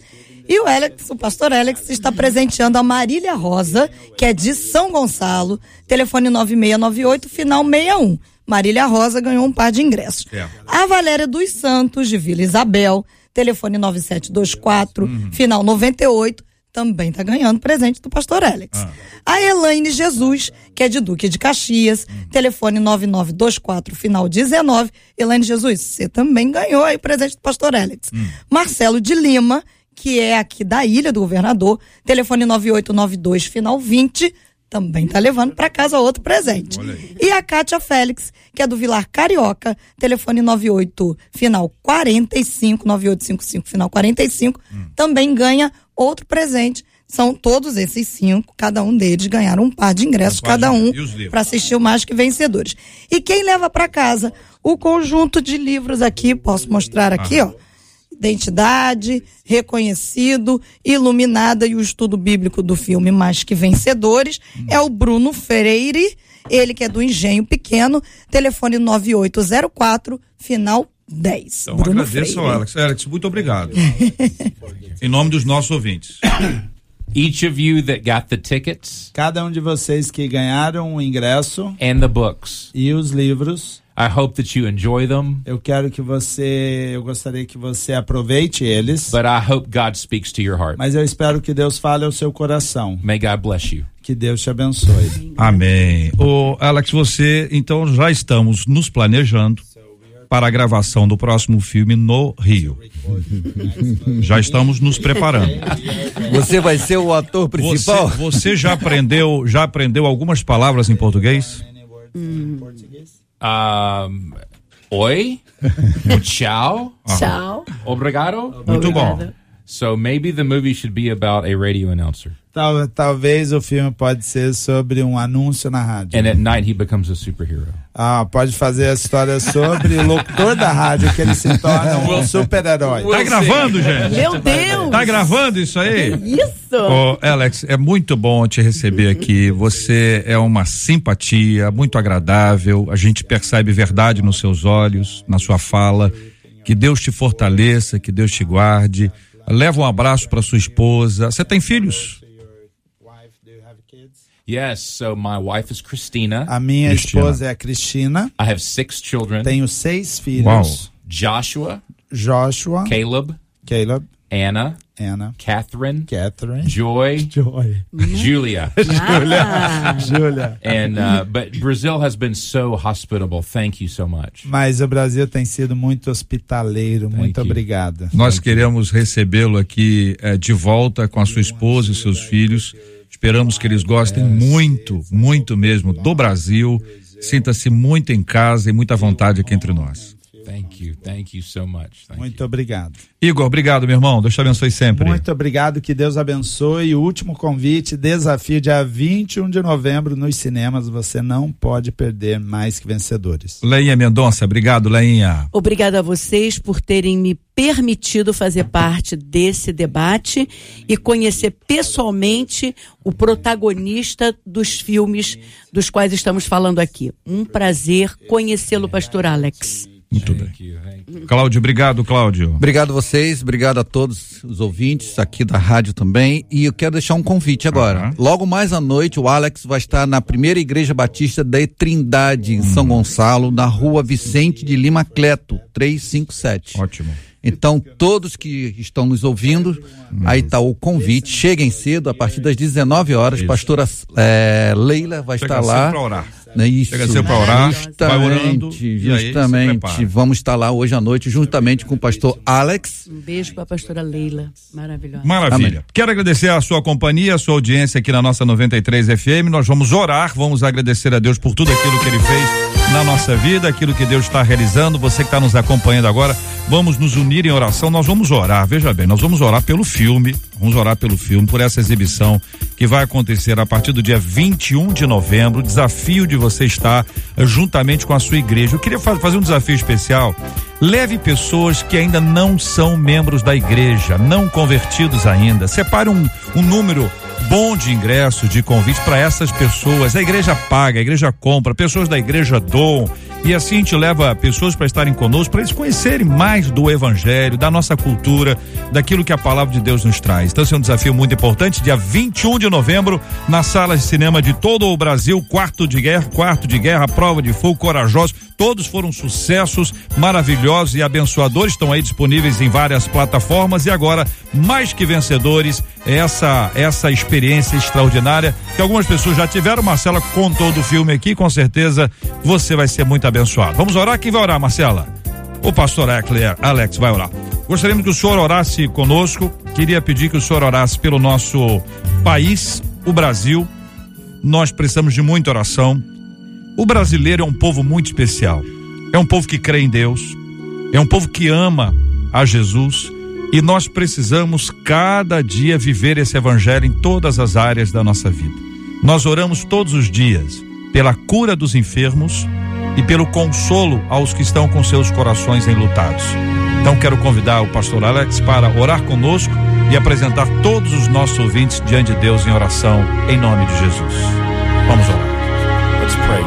Speaker 4: E o Alex, o pastor Alex, está presenteando a Marília Rosa, que é de São Gonçalo, telefone 9698, final 61. Marília Rosa ganhou um par de ingressos.
Speaker 2: É.
Speaker 4: A Valéria dos Santos, de Vila Isabel, telefone 9724, final 98, também está ganhando presente do pastor Alex. A Elaine Jesus, que é de Duque de Caxias, telefone 9924, final 19. Elaine Jesus, você também ganhou aí presente do pastor Alex. Marcelo de Lima, que é aqui da Ilha do Governador, telefone 9892, final 20 também tá levando para casa outro presente. E a Kátia Félix, que é do Vilar Carioca, telefone 98, final 45, 9855, final 45,
Speaker 2: Hum.
Speaker 4: também ganha outro presente. São todos esses cinco, cada um deles ganharam um par de ingressos,
Speaker 2: Um par de
Speaker 4: cada um,
Speaker 2: ingressos. E os livros?
Speaker 4: para assistir o Mais Que Vencedores. E quem leva para casa? O conjunto de livros aqui, posso mostrar aqui,
Speaker 2: Ah,
Speaker 4: ó identidade, reconhecido, iluminada e o estudo bíblico do filme Mais Que Vencedores é o Bruno Freire, ele que é do Engenho Pequeno, telefone 9804, final 10.
Speaker 2: Então,
Speaker 4: Bruno
Speaker 2: agradeço ao
Speaker 4: Freire.
Speaker 2: Alex. Alex, muito obrigado. em nome dos nossos ouvintes.
Speaker 8: Each of you that got the tickets
Speaker 5: Cada um de vocês que ganharam o ingresso
Speaker 8: and the books,
Speaker 5: e os livros,
Speaker 8: I hope that you enjoy them,
Speaker 5: eu quero que você, eu gostaria que você aproveite eles,
Speaker 8: but I hope God speaks to your heart.
Speaker 5: mas eu espero que Deus fale ao seu coração.
Speaker 8: May God bless you.
Speaker 5: Que Deus te abençoe.
Speaker 2: Amém. Ô, Alex, você, então já estamos nos planejando para a gravação do próximo filme no Rio. Já estamos nos preparando.
Speaker 7: Você vai ser o ator
Speaker 2: Você,
Speaker 7: principal?
Speaker 2: você já aprendeu, já aprendeu algumas palavras em português?
Speaker 8: Um, oi, ciao,
Speaker 6: Tchau.
Speaker 8: obrigado.
Speaker 2: Muito bom. Tá
Speaker 6: Obrigada.
Speaker 8: So maybe the movie should be about a radio announcer.
Speaker 5: Tal- talvez o filme pode ser sobre um anúncio na rádio.
Speaker 8: And at night he becomes a superhero.
Speaker 5: Ah, pode fazer a história sobre o locutor da rádio que ele se torna um super-herói.
Speaker 2: Tá gravando, gente?
Speaker 6: Meu Deus!
Speaker 2: Tá gravando isso aí?
Speaker 6: Isso!
Speaker 2: Ô, Alex, é muito bom te receber aqui. Você é uma simpatia, muito agradável. A gente percebe verdade nos seus olhos, na sua fala. Que Deus te fortaleça, que Deus te guarde. Leva um abraço para sua esposa. Você tem filhos?
Speaker 8: Yes, so my wife is Christina.
Speaker 5: A minha
Speaker 2: Cristina.
Speaker 5: esposa é a Cristina,
Speaker 8: I have six children
Speaker 5: tenho seis filhos.
Speaker 2: Uau.
Speaker 8: Joshua,
Speaker 5: Joshua,
Speaker 8: Caleb,
Speaker 5: Caleb,
Speaker 8: Anna,
Speaker 5: Anna,
Speaker 8: Catherine,
Speaker 5: Catherine,
Speaker 8: Joy,
Speaker 5: Joy,
Speaker 8: Julia.
Speaker 6: Ah,
Speaker 5: Júlia.
Speaker 8: And uh, but Brazil has been so hospitable. Thank you so much.
Speaker 5: Mas o Brasil tem sido muito hospitaleiro. muito
Speaker 8: you.
Speaker 5: obrigada.
Speaker 2: Nós queremos recebê-lo aqui eh, de volta com a sua esposa e seus filhos. Esperamos que eles gostem muito, muito mesmo do Brasil. Sinta-se muito em casa e muita vontade aqui entre nós.
Speaker 8: Thank you. Thank you so much. Thank
Speaker 5: Muito obrigado.
Speaker 2: Igor, obrigado, meu irmão. Deus te abençoe sempre.
Speaker 5: Muito obrigado, que Deus abençoe. O último convite, desafio dia 21 de novembro nos cinemas. Você não pode perder mais que vencedores.
Speaker 2: Leinha Mendonça, obrigado, Leinha.
Speaker 6: Obrigada a vocês por terem me permitido fazer parte desse debate e conhecer pessoalmente o protagonista dos filmes dos quais estamos falando aqui. Um prazer conhecê-lo, pastor Alex.
Speaker 2: Muito bem.
Speaker 8: you. Thank you.
Speaker 2: Cláudio, obrigado, Cláudio.
Speaker 7: Obrigado a vocês, obrigado a todos os ouvintes aqui da rádio também. E eu quero deixar um convite agora.
Speaker 2: Aham.
Speaker 7: Logo mais à noite, o Alex vai estar na primeira igreja batista da Trindade, em
Speaker 2: Hum.
Speaker 7: São Gonçalo, na rua Vicente de Lima Cleto, 357.
Speaker 2: Ótimo.
Speaker 7: Então, todos que estão nos ouvindo,
Speaker 2: Uhum.
Speaker 7: aí está o convite. Cheguem cedo, a partir das 19 horas. Pastora eh, Leila vai
Speaker 2: Chega
Speaker 7: estar
Speaker 2: cedo
Speaker 7: lá.
Speaker 2: pra orar.
Speaker 7: Né, Isso.
Speaker 2: Chega cedo pra orar, vai orando, e aí se
Speaker 7: Justamente,
Speaker 2: prepara.
Speaker 7: justamente. Vamos estar lá hoje à noite, juntamente com o pastor Alex.
Speaker 6: Um beijo para a pastora Leila, maravilhosa.
Speaker 2: Maravilha.
Speaker 7: Amém.
Speaker 2: Quero agradecer a sua companhia, a sua audiência aqui na nossa 93 FM. Nós vamos orar, vamos agradecer a Deus por tudo aquilo que ele fez na nossa vida, aquilo que Deus está realizando. Você que está nos acompanhando agora, vamos nos unir em oração. Nós vamos orar, veja bem, nós vamos orar pelo filme, vamos orar pelo filme, por essa exibição que vai acontecer a partir do dia 21 de novembro. O desafio de você estar eh, juntamente com a sua igreja. Eu queria fa- fazer um desafio especial. Leve pessoas que ainda não são membros da igreja, não convertidos ainda. Separe um, um número bom de ingressos, de convite para essas pessoas. A igreja paga, a igreja compra, pessoas da igreja doam. E assim a gente leva pessoas para estarem conosco, para eles conhecerem mais do evangelho, da nossa cultura, daquilo que a palavra de Deus nos traz. Então, esse é um desafio muito importante. Dia 21 de novembro, nas salas de cinema de todo o Brasil, quarto de guerra, quarto de guerra, prova de fogo, corajosos. Todos foram sucessos maravilhosos e abençoadores. Estão aí disponíveis em várias plataformas. E agora, mais que vencedores, essa essa experiência extraordinária que algumas pessoas já tiveram. Marcela contou do filme aqui. Com certeza você vai ser muito abençoado. Vamos orar? Quem vai orar, Marcela? O pastor Ecler- Alex vai orar. Gostaríamos que o senhor orasse conosco. Queria pedir que o senhor orasse pelo nosso país, o Brasil. Nós precisamos de muita oração. O brasileiro é um povo muito especial. É um povo que crê em Deus. É um povo que ama a Jesus. E nós precisamos cada dia viver esse evangelho em todas as áreas da nossa vida. Nós oramos todos os dias pela cura dos enfermos e pelo consolo aos que estão com seus corações enlutados. Então quero convidar o pastor Alex para orar conosco e apresentar todos os nossos ouvintes diante de Deus em oração, em nome de Jesus. Vamos orar.
Speaker 8: Let's pray.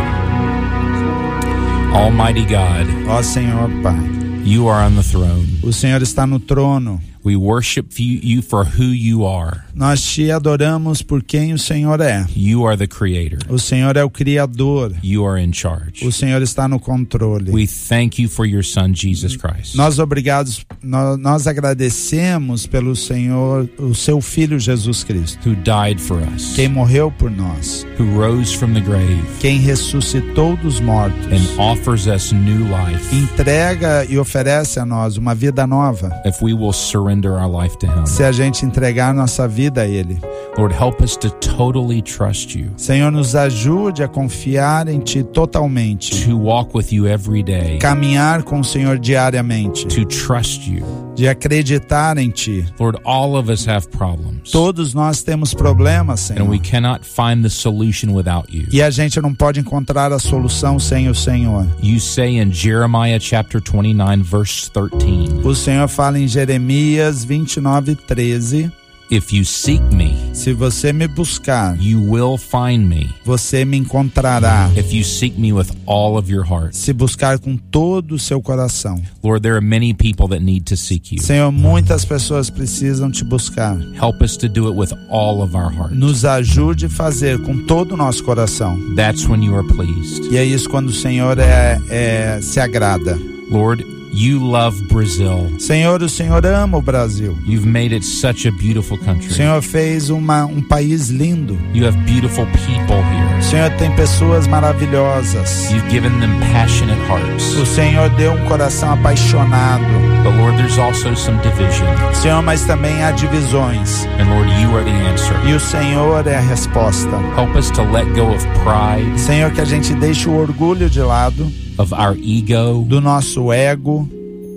Speaker 8: Almighty God,
Speaker 5: Ó Senhor Pai,
Speaker 8: you are on the throne.
Speaker 5: o Senhor está no trono.
Speaker 8: We worship you- you for who you are.
Speaker 5: Nós te adoramos por quem o Senhor é.
Speaker 8: You are the creator.
Speaker 5: O Senhor é o Criador.
Speaker 8: You are in charge.
Speaker 5: O Senhor está no controle.
Speaker 8: We thank you for your son, Jesus Christ.
Speaker 5: Nós obrigados, nó- nós agradecemos pelo Senhor, o seu filho Jesus Cristo,
Speaker 8: who died for us,
Speaker 5: quem morreu por nós,
Speaker 8: who rose from the grave
Speaker 5: quem ressuscitou dos mortos,
Speaker 8: and offers us new life
Speaker 5: entrega e oferece a nós uma vida nova.
Speaker 8: if we will surrender our life to him.
Speaker 5: Se a gente entregar nossa vida a ele.
Speaker 8: Lord, help us to totally trust you,
Speaker 5: Senhor, nos ajude a confiar em ti totalmente,
Speaker 8: to walk with you every day,
Speaker 5: caminhar com o Senhor diariamente,
Speaker 8: to trust you.
Speaker 5: de acreditar em ti.
Speaker 8: Lord, all of us have problems,
Speaker 5: Todos nós temos problemas,
Speaker 8: and we
Speaker 5: Senhor.
Speaker 8: cannot find the solution without you.
Speaker 5: E a gente não pode encontrar a solução sem o Senhor.
Speaker 8: You say in Jeremiah chapter 29, verse 13,
Speaker 5: O Senhor fala em Jeremias 29, 13:
Speaker 8: If you seek me,
Speaker 5: Se você me buscar,
Speaker 8: you will find me.
Speaker 5: você me encontrará.
Speaker 8: If you seek me with all of your heart.
Speaker 5: Se buscar com todo o seu coração.
Speaker 8: Lord, there are many people that need to seek you.
Speaker 5: Senhor, muitas pessoas precisam te buscar.
Speaker 8: Help us to do it with all of our heart.
Speaker 5: Nos ajude a fazer com todo o nosso coração.
Speaker 8: That's when you are pleased.
Speaker 5: E é isso quando o Senhor é, é- se agrada.
Speaker 8: Lord, You love Brazil.
Speaker 5: Senhor, o Senhor ama o Brasil.
Speaker 8: You've made it such a beautiful country.
Speaker 5: O Senhor fez uma, um país lindo.
Speaker 8: You have beautiful people here.
Speaker 5: O Senhor tem pessoas maravilhosas.
Speaker 8: You've given them passionate
Speaker 5: O
Speaker 8: hearts.
Speaker 5: Senhor deu um coração apaixonado.
Speaker 8: But Lord, there's also some division.
Speaker 5: Senhor, mas também há divisões.
Speaker 8: And Lord, you are the answer.
Speaker 5: E o Senhor é a resposta.
Speaker 8: Help us to let go of pride,
Speaker 5: Senhor, que a gente deixe o orgulho de lado,
Speaker 8: of our ego,
Speaker 5: do nosso ego.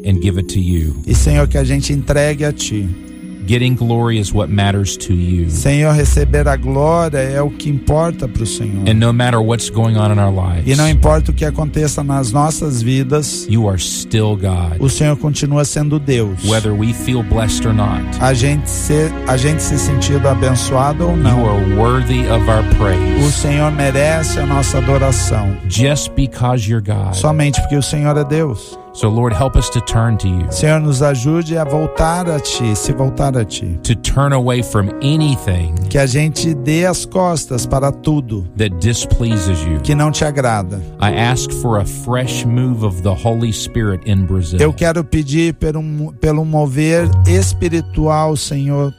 Speaker 8: and give it to you.
Speaker 5: E, Senhor, que a gente entregue a Ti.
Speaker 8: Getting glory is what matters to you.
Speaker 5: Senhor, receber a glória é o que importa para o Senhor.
Speaker 8: And no matter what's going on in our lives,
Speaker 5: E não importa o que aconteça nas nossas vidas,
Speaker 8: you are still God.
Speaker 5: o Senhor continua sendo Deus.
Speaker 8: Whether we feel blessed or not,
Speaker 5: A gente se, a gente se sentindo abençoado ou
Speaker 8: you
Speaker 5: não,
Speaker 8: are worthy of our
Speaker 5: o
Speaker 8: praise.
Speaker 5: Senhor merece a nossa adoração.
Speaker 8: Just because you're God.
Speaker 5: Somente porque o Senhor é Deus.
Speaker 8: So, Lord, help us to turn to you,
Speaker 5: Senhor, nos ajude a voltar a Ti, se voltar a Ti.
Speaker 8: to turn away from anything
Speaker 5: Que a gente dê as costas para tudo
Speaker 8: that displeases you.
Speaker 5: que não te agrada.
Speaker 8: I ask for a fresh move of the Holy Spirit in
Speaker 5: Eu
Speaker 8: Brazil,
Speaker 5: quero pedir pelo, pelo mover espiritual, Senhor,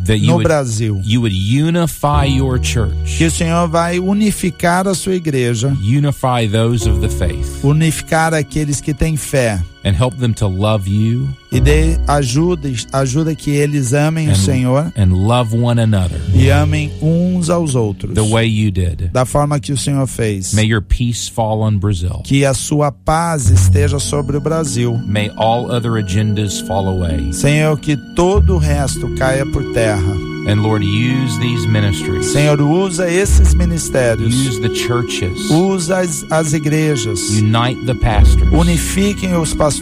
Speaker 8: that you
Speaker 5: no
Speaker 8: would,
Speaker 5: Brasil.
Speaker 8: you would unify your
Speaker 5: Que o
Speaker 8: church,
Speaker 5: Senhor vai unificar a sua igreja.
Speaker 8: unify those of the faith,
Speaker 5: unificar aqueles que têm fé
Speaker 8: and help them to love you
Speaker 5: e dê ajuda, ajuda que eles amem o Senhor
Speaker 8: and love one another
Speaker 5: e amem uns aos outros,
Speaker 8: the way you did.
Speaker 5: da forma que o Senhor fez.
Speaker 8: May your peace fall on Brazil.
Speaker 5: Que a sua paz esteja sobre o Brasil.
Speaker 8: May all other agendas fall away.
Speaker 5: Senhor, que todo o resto caia por terra.
Speaker 8: And Lord, use these ministries,
Speaker 5: Senhor, usa esses ministérios,
Speaker 8: use the churches,
Speaker 5: usa as, as igrejas,
Speaker 8: unite the pastors,
Speaker 5: unifiquem os pastores.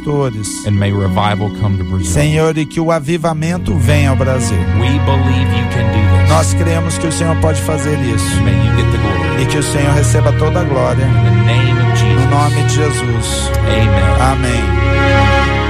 Speaker 8: and may revival come to Brazil.
Speaker 5: Senhor, e que o avivamento venha ao Brasil.
Speaker 8: We believe you can do this.
Speaker 5: Nós cremos que o Senhor pode fazer isso.
Speaker 8: May you get the glory.
Speaker 5: e que o Senhor receba toda a glória.
Speaker 8: In the name of
Speaker 5: No
Speaker 8: Jesus.
Speaker 5: nome de Jesus.
Speaker 8: Amen.
Speaker 5: Amém.